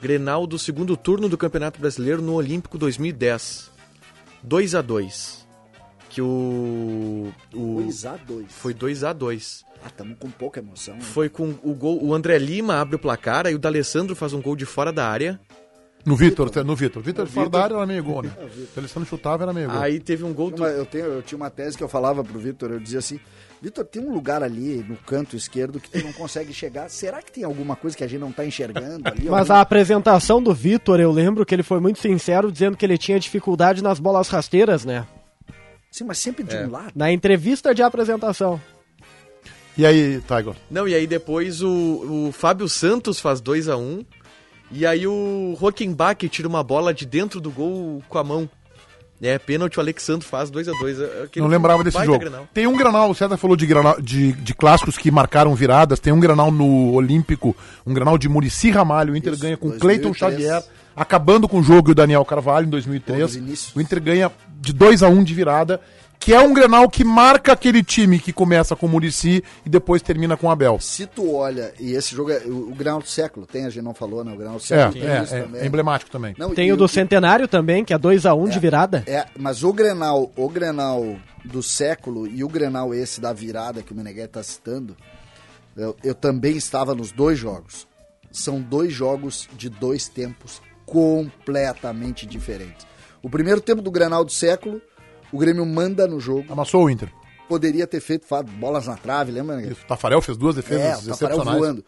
Speaker 2: Grenal do segundo turno do Campeonato Brasileiro no Olímpico 2010. 2 a 2 Que o. o
Speaker 6: 2 a 2
Speaker 2: foi 2 a 2
Speaker 6: Ah, tamo com pouca emoção. né?
Speaker 2: Foi com o gol. O André Lima abre o placar, aí o D'Alessandro faz um gol de fora da área.
Speaker 5: No Vitor, tá- no Vitor. Vitor fora da área era meio gol, né? Se ele só não chutava era meio gol.
Speaker 2: Aí teve um gol do.
Speaker 6: Uma- eu, tenho, eu tinha uma tese que eu falava pro Vitor, eu dizia assim, Vitor, tem um lugar ali no canto esquerdo que tu não consegue chegar. Será que tem alguma coisa que a gente não tá enxergando ali?
Speaker 3: Mas a apresentação do Vitor, eu lembro que ele foi muito sincero dizendo que ele tinha dificuldade nas bolas rasteiras, né?
Speaker 6: Sim, mas sempre de um lado.
Speaker 3: Na entrevista de apresentação.
Speaker 5: E aí, Tiger?
Speaker 2: Não, e aí depois o, o Fábio Santos faz 2 a 1 E aí o Rockenbach tira uma bola de dentro do gol com a mão. É, pênalti o Alexandre faz 2 a É, 2
Speaker 5: Não lembrava desse jogo. Tem um granal, o César falou de, granal, de, de clássicos que marcaram viradas. Tem um granal no Olímpico, um granal de Murici Ramalho. O Inter
Speaker 6: Isso,
Speaker 5: ganha com
Speaker 6: 2003.
Speaker 5: Cleiton Xavier, acabando com o jogo e o Daniel Carvalho em 2003.
Speaker 6: Bom, dos inícios.
Speaker 5: O Inter ganha de 2 a 1 de virada, que é um granal que marca aquele time que começa com o Murici e depois termina com o Abel.
Speaker 6: Se tu olha, e esse jogo é o, o Grenal do século, tem, a gente não falou, né? O Grenal
Speaker 5: É,
Speaker 6: do século tem isso
Speaker 5: é,
Speaker 6: também.
Speaker 5: é, é emblemático também.
Speaker 6: Não,
Speaker 3: Tem
Speaker 6: e
Speaker 3: o do Centenário também, que é 2 a 1 de virada.
Speaker 6: É, mas o Grenal, o Grenal do século e o Grenal esse da virada que o Meneghel está citando, eu, eu também estava nos dois jogos. São dois jogos de dois tempos completamente diferentes. O primeiro tempo do Grenal do século, o Grêmio manda no jogo,
Speaker 5: Amassou o Inter.
Speaker 6: poderia ter feito fa- bolas na trave, lembra, Meneghel?
Speaker 5: Isso, o Tafarel fez duas
Speaker 6: É,
Speaker 5: defesas
Speaker 6: o Tafarel
Speaker 5: excepcionais.
Speaker 6: voando.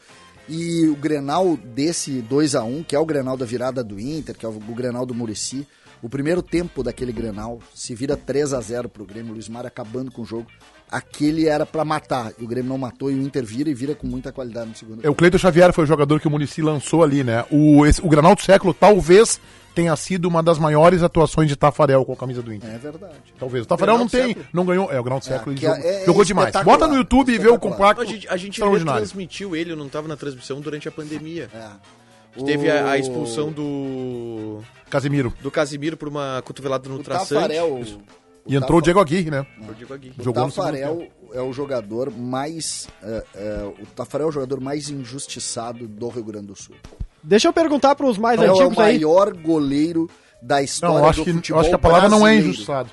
Speaker 6: E o Grenal desse 2 a 1 que é o Grenal da virada do Inter, que é o Grenal do Murici, o primeiro tempo daquele Grenal se vira 3 a 0 pro Grêmio, o Luiz Mário acabando com o jogo. aquele era pra matar. E o Grêmio não matou e o Inter vira e vira com muita qualidade no segundo.
Speaker 5: É, O Cleiton Xavier foi o jogador que o Munici lançou ali, né? O, esse- o Granal do Século talvez tenha sido uma das maiores atuações de Tafarel com a camisa do Inter.
Speaker 6: É verdade.
Speaker 5: Talvez. O Tafarel
Speaker 6: Grenal
Speaker 5: não
Speaker 6: do
Speaker 5: tem,
Speaker 6: século.
Speaker 5: não ganhou. É, o Granal do Século ele
Speaker 6: que é-
Speaker 5: jogou,
Speaker 6: é
Speaker 5: jogou demais.
Speaker 6: espetacular,
Speaker 5: Bota no YouTube e vê o
Speaker 6: espetacular.
Speaker 5: compacto
Speaker 2: A gente, a gente
Speaker 5: Ah, extraordinário.
Speaker 2: transmitiu ele, eu não tava na transmissão durante a pandemia.
Speaker 6: É.
Speaker 2: Que teve a, a expulsão do.
Speaker 5: Casemiro.
Speaker 2: do Casimiro por uma cotovelada no
Speaker 6: O
Speaker 2: traçante.
Speaker 6: Tafarel. É.
Speaker 5: E entrou o Diego Aguirre, né?
Speaker 2: Eu digo aqui.
Speaker 6: O
Speaker 5: Jogou no segundo
Speaker 6: Tafarel é o jogador mais. é, é, o Tafarel é o jogador mais injustiçado do Rio Grande do Sul.
Speaker 3: Deixa eu perguntar pros mais
Speaker 6: Tafarel é o
Speaker 3: antigos aí.
Speaker 6: maior goleiro da história
Speaker 5: Não, acho
Speaker 6: é do
Speaker 5: que,
Speaker 6: futebol
Speaker 5: acho que a palavra não é
Speaker 6: brasileiro.
Speaker 5: injustiçado.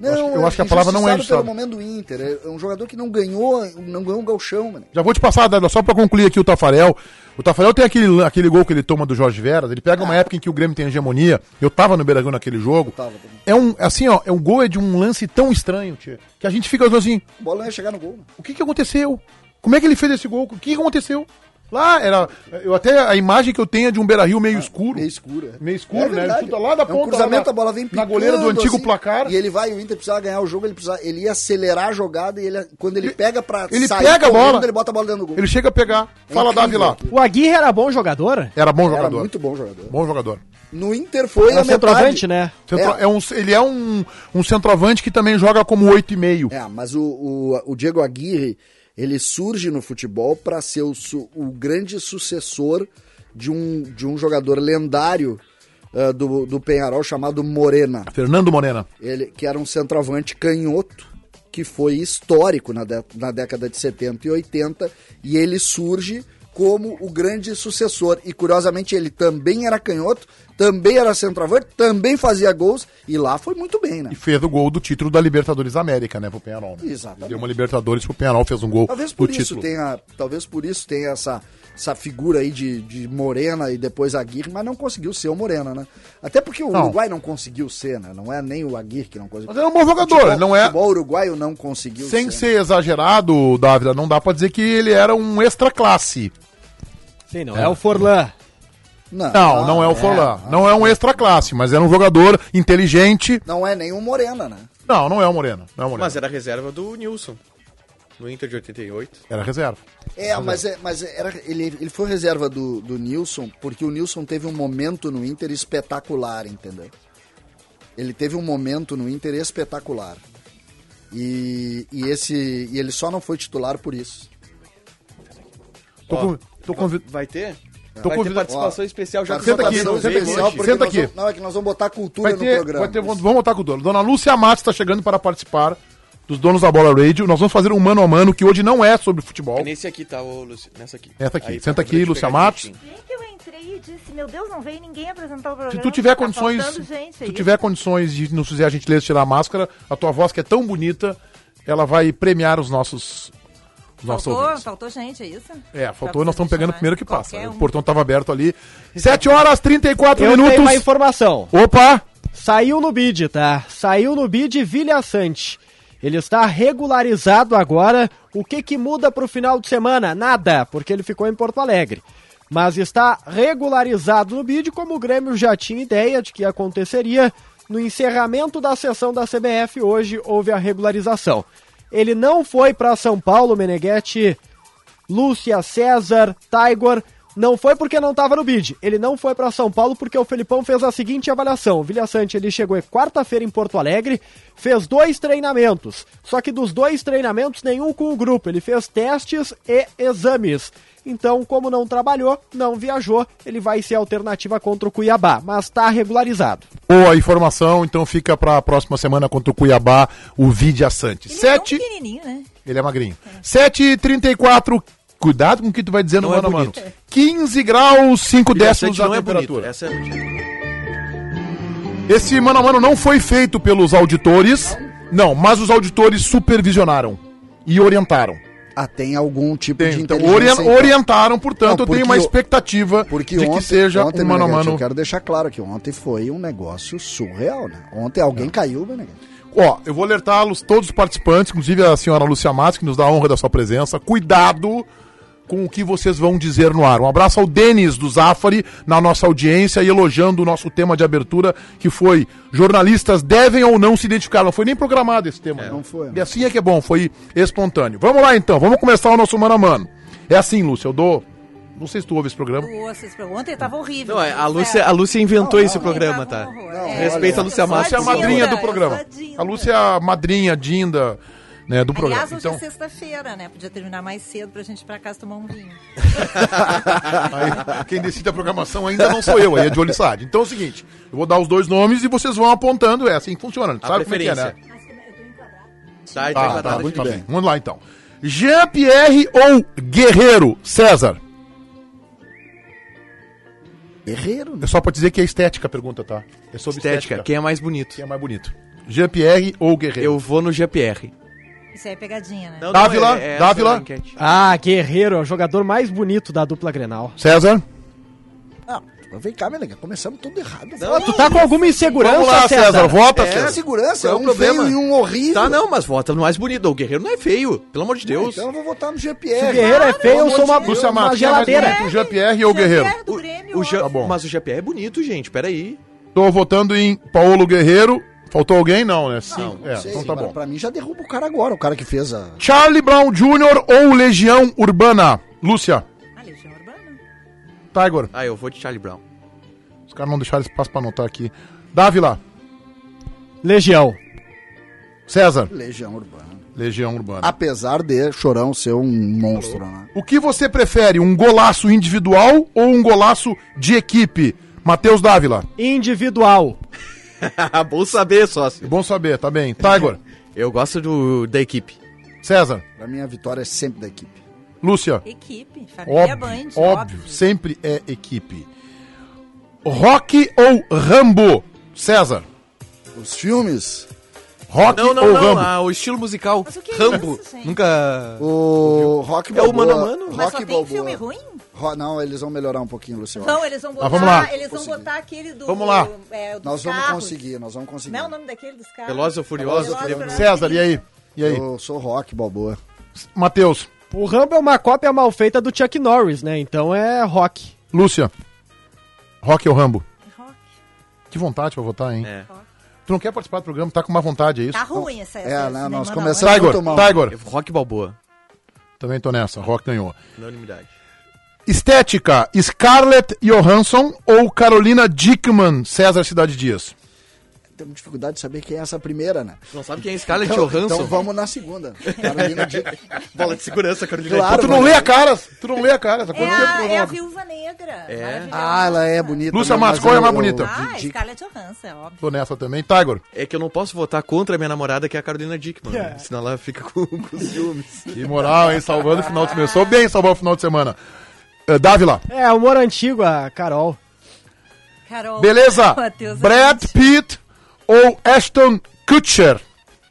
Speaker 6: Não,
Speaker 5: acho que- eu
Speaker 6: é
Speaker 5: acho que a palavra não é
Speaker 6: injustiçado
Speaker 5: injustiçado.
Speaker 6: pelo momento do Inter. É um jogador que não ganhou, não ganhou um galchão, mano.
Speaker 5: Já vou te passar, Dada, só pra concluir aqui o Tafarel. O Tafarel tem aquele, aquele gol que ele toma do Jorge Veras. Ele pega uma
Speaker 6: É.
Speaker 5: época em que o Grêmio tem hegemonia. Eu tava no Beiragão naquele jogo.
Speaker 6: tava também.
Speaker 5: É um, assim, ó, é um gol é de um lance tão estranho, tio, que a gente fica assim,
Speaker 6: A bola não ia chegar no gol. né?
Speaker 5: o que que aconteceu? Como é que ele fez esse gol? O que que aconteceu? Lá era, eu até a imagem que eu tenho é de um Beira-Rio meio escuro.
Speaker 6: Ah, Meio escuro. é.
Speaker 5: Meio escuro, né?
Speaker 6: verdade.
Speaker 5: Ele chuta lá da
Speaker 6: É um
Speaker 5: ponta, lá
Speaker 6: cruzamento,
Speaker 5: na-
Speaker 6: a bola vem assim,
Speaker 5: na goleira do antigo placar.
Speaker 6: E ele vai, o Inter precisava ganhar o jogo, ele, precisava, ele ia acelerar a jogada e ele, quando ele pega pra
Speaker 5: ele pega a bola.
Speaker 6: ele bota a bola dentro do gol.
Speaker 5: Ele chega a pegar, fala Davi
Speaker 6: incrível
Speaker 5: lá.
Speaker 6: aquilo.
Speaker 3: O Aguirre era bom jogador?
Speaker 5: Era bom
Speaker 6: É Era
Speaker 5: jogador.
Speaker 6: muito bom jogador.
Speaker 5: Bom jogador.
Speaker 6: No Inter foi
Speaker 3: Era
Speaker 6: a metade.
Speaker 3: centroavante, né?
Speaker 5: Centro- é um- ele é um, um centroavante que também joga como 8,5.
Speaker 6: É, mas o, o, o Diego Aguirre, ele surge no futebol para ser o, su- o grande sucessor de um, de um jogador lendário ah, do, do Penharol chamado Morena.
Speaker 5: Fernando Morena.
Speaker 6: ele, que era um centroavante canhoto, que foi histórico na, dé- na década de 70 e 80, e ele surge como o grande sucessor. E curiosamente, ele também era canhoto, também era centroavante, também fazia gols, e lá foi muito bem, né?
Speaker 5: E fez o gol do título da Libertadores América, né, pro Penharol. Né?
Speaker 6: Exatamente.
Speaker 5: Deu uma Libertadores pro Penharol, fez um gol
Speaker 6: Talvez
Speaker 5: do
Speaker 6: por isso
Speaker 5: título.
Speaker 6: tenha. Talvez por isso tenha essa, essa figura aí de, de Morena e depois Aguirre, mas não conseguiu ser o Morena, né? Até porque o
Speaker 5: Não.
Speaker 6: Uruguai não conseguiu ser, né? Não é nem o Aguirre que não conseguiu.
Speaker 5: Mas era um bom jogador,
Speaker 6: Futebol-
Speaker 5: não é-
Speaker 6: futebol uruguaio não conseguiu
Speaker 5: Sem ser exagerado, Dávila, não dá pra dizer que ele era um extra classe.
Speaker 3: Sim, não. É, o Forlan.
Speaker 6: Não, Ah,
Speaker 5: Não, não é o Forlan. Não é um extra classe, mas era um jogador inteligente.
Speaker 6: Não é nenhum Morena, né?
Speaker 5: Não, não é o Morena. Não é o Morena.
Speaker 2: Mas era a reserva do Nilson. No Inter de 88.
Speaker 5: Era reserva.
Speaker 6: É, mas, é, mas era, ele, ele foi reserva do, do Nilson, porque o Nilson teve um momento no Inter espetacular, entendeu? Ele teve um momento no Inter espetacular. E, e esse e ele só não foi titular por isso.
Speaker 5: Tô,
Speaker 2: Ó,
Speaker 5: com, tô convi-
Speaker 2: Vai ter? vai
Speaker 5: Tô
Speaker 2: ter
Speaker 5: convida-
Speaker 2: participação especial já
Speaker 6: Mas
Speaker 2: que
Speaker 5: senta
Speaker 2: o
Speaker 5: aqui,
Speaker 2: Botafogo
Speaker 5: senta
Speaker 2: veio
Speaker 5: aqui,
Speaker 2: hoje.
Speaker 5: só- senta
Speaker 6: nós
Speaker 5: aqui.
Speaker 6: vamos- não, é que nós vamos botar cultura
Speaker 5: Vai
Speaker 6: no
Speaker 5: ter,
Speaker 6: programa.
Speaker 5: vai ter, vamos botar com o dono. Dona Lúcia Matos está chegando para participar dos donos da Bola Radio. Nós vamos fazer um mano a mano que hoje não é sobre futebol.
Speaker 2: É Nesse aqui, tá, ô, Luci... Nessa aqui.
Speaker 5: Senta aqui,
Speaker 2: Aí,
Speaker 5: senta
Speaker 2: pra
Speaker 5: aqui,
Speaker 2: poder te
Speaker 5: Lúcia
Speaker 2: pegar
Speaker 5: Matos.
Speaker 2: direitinho.
Speaker 7: Bem que eu entrei e disse, meu Deus, não veio ninguém apresentar o programa.
Speaker 5: Se tu tiver
Speaker 7: tá
Speaker 5: condições,
Speaker 7: faltando gente
Speaker 5: se tu
Speaker 7: aí.
Speaker 5: tiver condições de nos fizer a gentileza de tirar a máscara, a tua voz que é tão bonita, ela vai premiar os nossos os nossos
Speaker 7: Faltou,
Speaker 5: ouvintes.
Speaker 7: faltou gente, é isso?
Speaker 5: É,
Speaker 7: Pra
Speaker 5: faltou, nós
Speaker 7: você
Speaker 5: estamos pegando o
Speaker 7: chamar
Speaker 5: primeiro que passa. né?
Speaker 7: qualquer
Speaker 5: O
Speaker 7: um.
Speaker 5: portão estava aberto ali. 7 horas 34
Speaker 3: Eu tenho uma
Speaker 5: minutos.
Speaker 3: informação.
Speaker 5: Opa!
Speaker 3: Saiu no bid, tá? Saiu no bid Vilha Sante. Ele está regularizado agora. O que que muda pro final de semana? Nada, porque ele ficou em Porto Alegre. Mas está regularizado no bid, como o Grêmio já tinha ideia de que aconteceria. No encerramento da sessão da CBF hoje houve a regularização. Ele não foi para São Paulo, Meneghetti. Lúcia, César, Tiger. Não foi porque não estava no bid. Ele não foi para São Paulo porque o Felipão fez a seguinte avaliação. O Vilha Sante ele chegou em quarta-feira em Porto Alegre, fez dois treinamentos. Só que dos dois treinamentos, nenhum com o grupo. Ele fez testes e exames. Então, como não trabalhou, não viajou, ele vai ser a alternativa contra o Cuiabá, mas está regularizado.
Speaker 5: Boa informação, então fica para a próxima semana contra o Cuiabá, o Vidia Sante.
Speaker 7: Ele é tão
Speaker 5: 7
Speaker 7: pequenininho, né?
Speaker 5: Ele é magrinho. 7h34. Cuidado com o que tu vai dizer no
Speaker 2: Não é
Speaker 5: mano a mano.
Speaker 2: bonito.
Speaker 5: 15 graus, 5
Speaker 2: Vilha
Speaker 5: décimos
Speaker 2: Sante
Speaker 5: da
Speaker 2: não é bonito. é
Speaker 5: temperatura.
Speaker 2: Essa é a mentira.
Speaker 5: Esse mano a mano não foi feito pelos auditores. Não, mas os auditores supervisionaram e orientaram.
Speaker 6: Ah, tem algum tipo de
Speaker 5: Então,
Speaker 6: inteligência.
Speaker 5: orien-
Speaker 6: então.
Speaker 5: orientaram, portanto,
Speaker 6: Não,
Speaker 5: eu tenho uma
Speaker 6: porque o-
Speaker 5: expectativa
Speaker 6: Porque
Speaker 5: de
Speaker 6: ontem,
Speaker 5: que seja
Speaker 6: ontem
Speaker 5: um mano a
Speaker 6: Meneghete,
Speaker 5: mano.
Speaker 6: Eu quero deixar claro que ontem foi um negócio surreal, né? Ontem alguém caiu, Meneghete.
Speaker 5: Ó, eu vou alertá-los, todos os participantes, inclusive a senhora Lúcia Matos, que nos dá a honra da sua presença. Cuidado com o que vocês vão dizer no ar. Um abraço ao Denis do Zafari, na nossa audiência, e elogiando o nosso tema de abertura, que foi jornalistas devem ou não se identificar. Não foi nem programado esse tema.
Speaker 6: Não foi. né?
Speaker 5: E assim é que é bom, foi espontâneo. Vamos lá então, vamos começar o nosso mano a mano. É assim, Lúcia, eu dou... Não sei se tu ouve esse programa.
Speaker 7: Nossa, esse programa- Ontem tava horrível.
Speaker 2: Não, é, a Lúcia, a Lúcia inventou esse programa, tá? Respeita a Lúcia
Speaker 5: A Lúcia é a
Speaker 2: Matos.
Speaker 7: Dinda,
Speaker 5: madrinha do
Speaker 7: eu
Speaker 5: programa.
Speaker 7: sou a Dinda.
Speaker 5: A Lúcia é a madrinha, Dinda, né, do programa.
Speaker 7: Aliás, hoje é sexta-feira, né? Podia terminar mais cedo pra gente ir pra casa tomar um vinho.
Speaker 5: Aí, quem decide a programação ainda não sou eu, aí é de Olissade. Então é o seguinte, eu vou dar os dois nomes e vocês vão apontando, é assim que funciona. tu
Speaker 2: A
Speaker 5: Sabe como é que é, né?
Speaker 2: preferência. Tá, tá,
Speaker 5: Tá,
Speaker 2: tá,
Speaker 5: tá,
Speaker 2: tá.
Speaker 5: muito
Speaker 6: tá
Speaker 5: bem.
Speaker 6: bem.
Speaker 5: Vamos lá então. Jean-Pierre ou Guerreiro? César.
Speaker 6: Guerreiro, né?
Speaker 5: É só pra dizer que é estética a pergunta, tá? É sobre estética.
Speaker 2: Estética, quem é mais bonito?
Speaker 5: Quem é mais bonito? Jean-Pierre ou Guerreiro?
Speaker 2: Eu vou no GPR.
Speaker 7: Isso aí é pegadinha, né?
Speaker 5: Dávila,
Speaker 2: é- é essa
Speaker 5: Dávila.
Speaker 2: a enquete.
Speaker 3: Ah, Guerreiro é o jogador mais bonito da dupla Grenal.
Speaker 5: César?
Speaker 6: Ah, vem cá, minha nega. Começamos tudo errado.
Speaker 3: Ah, tu tá com alguma insegurança,
Speaker 5: Vamos lá, César. Vota,
Speaker 6: É,
Speaker 5: César.
Speaker 6: segurança,
Speaker 2: qual é
Speaker 6: é
Speaker 2: o
Speaker 6: um
Speaker 2: problema?
Speaker 6: feio e um horrível.
Speaker 2: Tá, não, mas vota no mais bonito. O Guerreiro não é feio, pelo amor de Deus.
Speaker 6: Então eu vou votar no
Speaker 3: Se o
Speaker 6: GPR.
Speaker 3: Guerreiro é feio, eu sou uma,
Speaker 5: Lúcia
Speaker 3: uma
Speaker 5: Matos, quem é mais
Speaker 3: geladeira.
Speaker 5: bonito, o Jean-Pierre ou o Guerreiro?
Speaker 7: Jean-Pierre do Grêmio,
Speaker 2: O
Speaker 7: ó.
Speaker 2: Jean-
Speaker 5: Tá bom.
Speaker 2: Mas o GPR é bonito, gente, peraí.
Speaker 5: Tô votando em Paulo Guerreiro. Faltou alguém? Não, né? Sim. é,
Speaker 6: Sei,
Speaker 5: então tá
Speaker 6: pra-
Speaker 5: bom.
Speaker 6: Pra mim já derruba o cara agora, o cara que fez a.
Speaker 5: Charlie Brown Jr. ou Legião Urbana? Lúcia,
Speaker 7: Ah, Legião Urbana.
Speaker 5: Tiger.
Speaker 2: Ah, eu vou de Charlie Brown.
Speaker 5: Os caras não deixaram espaço pra anotar aqui. Dávila,
Speaker 3: Legião.
Speaker 5: César.
Speaker 6: Legião Urbana.
Speaker 5: Legião Urbana.
Speaker 6: Apesar de Chorão ser um monstro, né?
Speaker 5: O que você prefere, um golaço individual ou um golaço de equipe? Matheus Dávila.
Speaker 3: Individual.
Speaker 2: Bom saber, sócio.
Speaker 5: Bom saber, tá bem. Tiger.
Speaker 2: Eu gosto do, da equipe.
Speaker 5: César.
Speaker 6: Pra mim a vitória é sempre da equipe.
Speaker 5: Lúcia.
Speaker 7: Equipe, família
Speaker 5: Óbvio,
Speaker 7: é Band,
Speaker 5: óbvio, Sempre é equipe. Rock ou Rambo? César.
Speaker 6: Os filmes,
Speaker 5: Rock
Speaker 2: Não, não,
Speaker 5: ou
Speaker 2: não.
Speaker 5: Rambo?
Speaker 2: ah, o estilo musical.
Speaker 7: Mas o que é
Speaker 2: Rambo.
Speaker 7: isso, gente?
Speaker 2: Nunca.
Speaker 6: o Rock
Speaker 2: É o mano a
Speaker 6: Balboa-
Speaker 2: mano?
Speaker 7: Mas só
Speaker 6: Rock
Speaker 7: tem
Speaker 6: Balboa.
Speaker 7: filme ruim?
Speaker 6: Ro- Não, eles vão melhorar um pouquinho, Luciano.
Speaker 7: Não, eles vão botar,
Speaker 5: vamos lá.
Speaker 7: eles vão botar aquele do...
Speaker 5: Vamos lá.
Speaker 7: é, dos
Speaker 6: Nós vamos
Speaker 7: carros.
Speaker 6: conseguir, nós vamos conseguir.
Speaker 7: Não é o nome daquele dos carros?
Speaker 2: Velozes ou Furiosos.
Speaker 7: Velozes ou Furiosos.
Speaker 5: César, e aí? E aí?
Speaker 6: Eu sou Rock Balboa.
Speaker 5: Matheus.
Speaker 3: O Rambo é uma cópia mal feita do Chuck Norris, né? Então é rock.
Speaker 5: Lúcia. Rock ou Rambo?
Speaker 7: Rock.
Speaker 5: Que vontade pra votar, hein?
Speaker 2: É.
Speaker 5: Tu não quer participar do programa, tá com má vontade, é isso?
Speaker 7: Tá ruim essa...
Speaker 6: É,
Speaker 7: essa-
Speaker 6: né,
Speaker 7: esse
Speaker 6: nós
Speaker 7: Neymar
Speaker 6: começamos-
Speaker 7: Balboa.
Speaker 5: Tiger,
Speaker 6: Muito mal.
Speaker 5: Tiger.
Speaker 2: Rock Balboa.
Speaker 5: Também tô nessa, Rock ganhou.
Speaker 2: Unanimidade.
Speaker 5: Estética, Scarlett Johansson ou Carolina Dickman, César Cidade Dias?
Speaker 6: Temos dificuldade de saber quem é essa primeira, né?
Speaker 2: Tu não sabe quem é Scarlett
Speaker 6: Então,
Speaker 2: Johansson?
Speaker 6: então vamos na segunda. Carolina Dick.
Speaker 2: Bola de segurança, Carolina.
Speaker 6: Claro.
Speaker 5: Pô, tu não lê a cara, tu não lê a cara, tá essa coisa
Speaker 7: É
Speaker 5: não tem
Speaker 7: a, é
Speaker 5: problema.
Speaker 7: a Viúva Negra.
Speaker 2: É.
Speaker 7: maravilhosa.
Speaker 6: Ah, ela é bonita.
Speaker 5: Lúcia
Speaker 6: né? Mas
Speaker 5: Matos, qual é a
Speaker 6: eu-
Speaker 5: mais
Speaker 6: eu-
Speaker 5: bonita?
Speaker 7: Ah,
Speaker 6: Dick-
Speaker 7: Scarlett Johansson, é óbvio.
Speaker 5: Tô nessa também. Tiger,
Speaker 2: É que eu não posso votar contra a minha namorada, que é a Carolina Dickman. né? Senão ela fica com, com ciúmes.
Speaker 5: que moral, hein? Salvando o final de semana. Sou bem salvar o final de semana. Eh, Dávila.
Speaker 3: É, humor antigo, a Carol.
Speaker 7: Carol.
Speaker 5: Beleza?
Speaker 7: Matheus
Speaker 5: Brad
Speaker 7: Alves.
Speaker 5: Pitt ou Ashton Kutcher?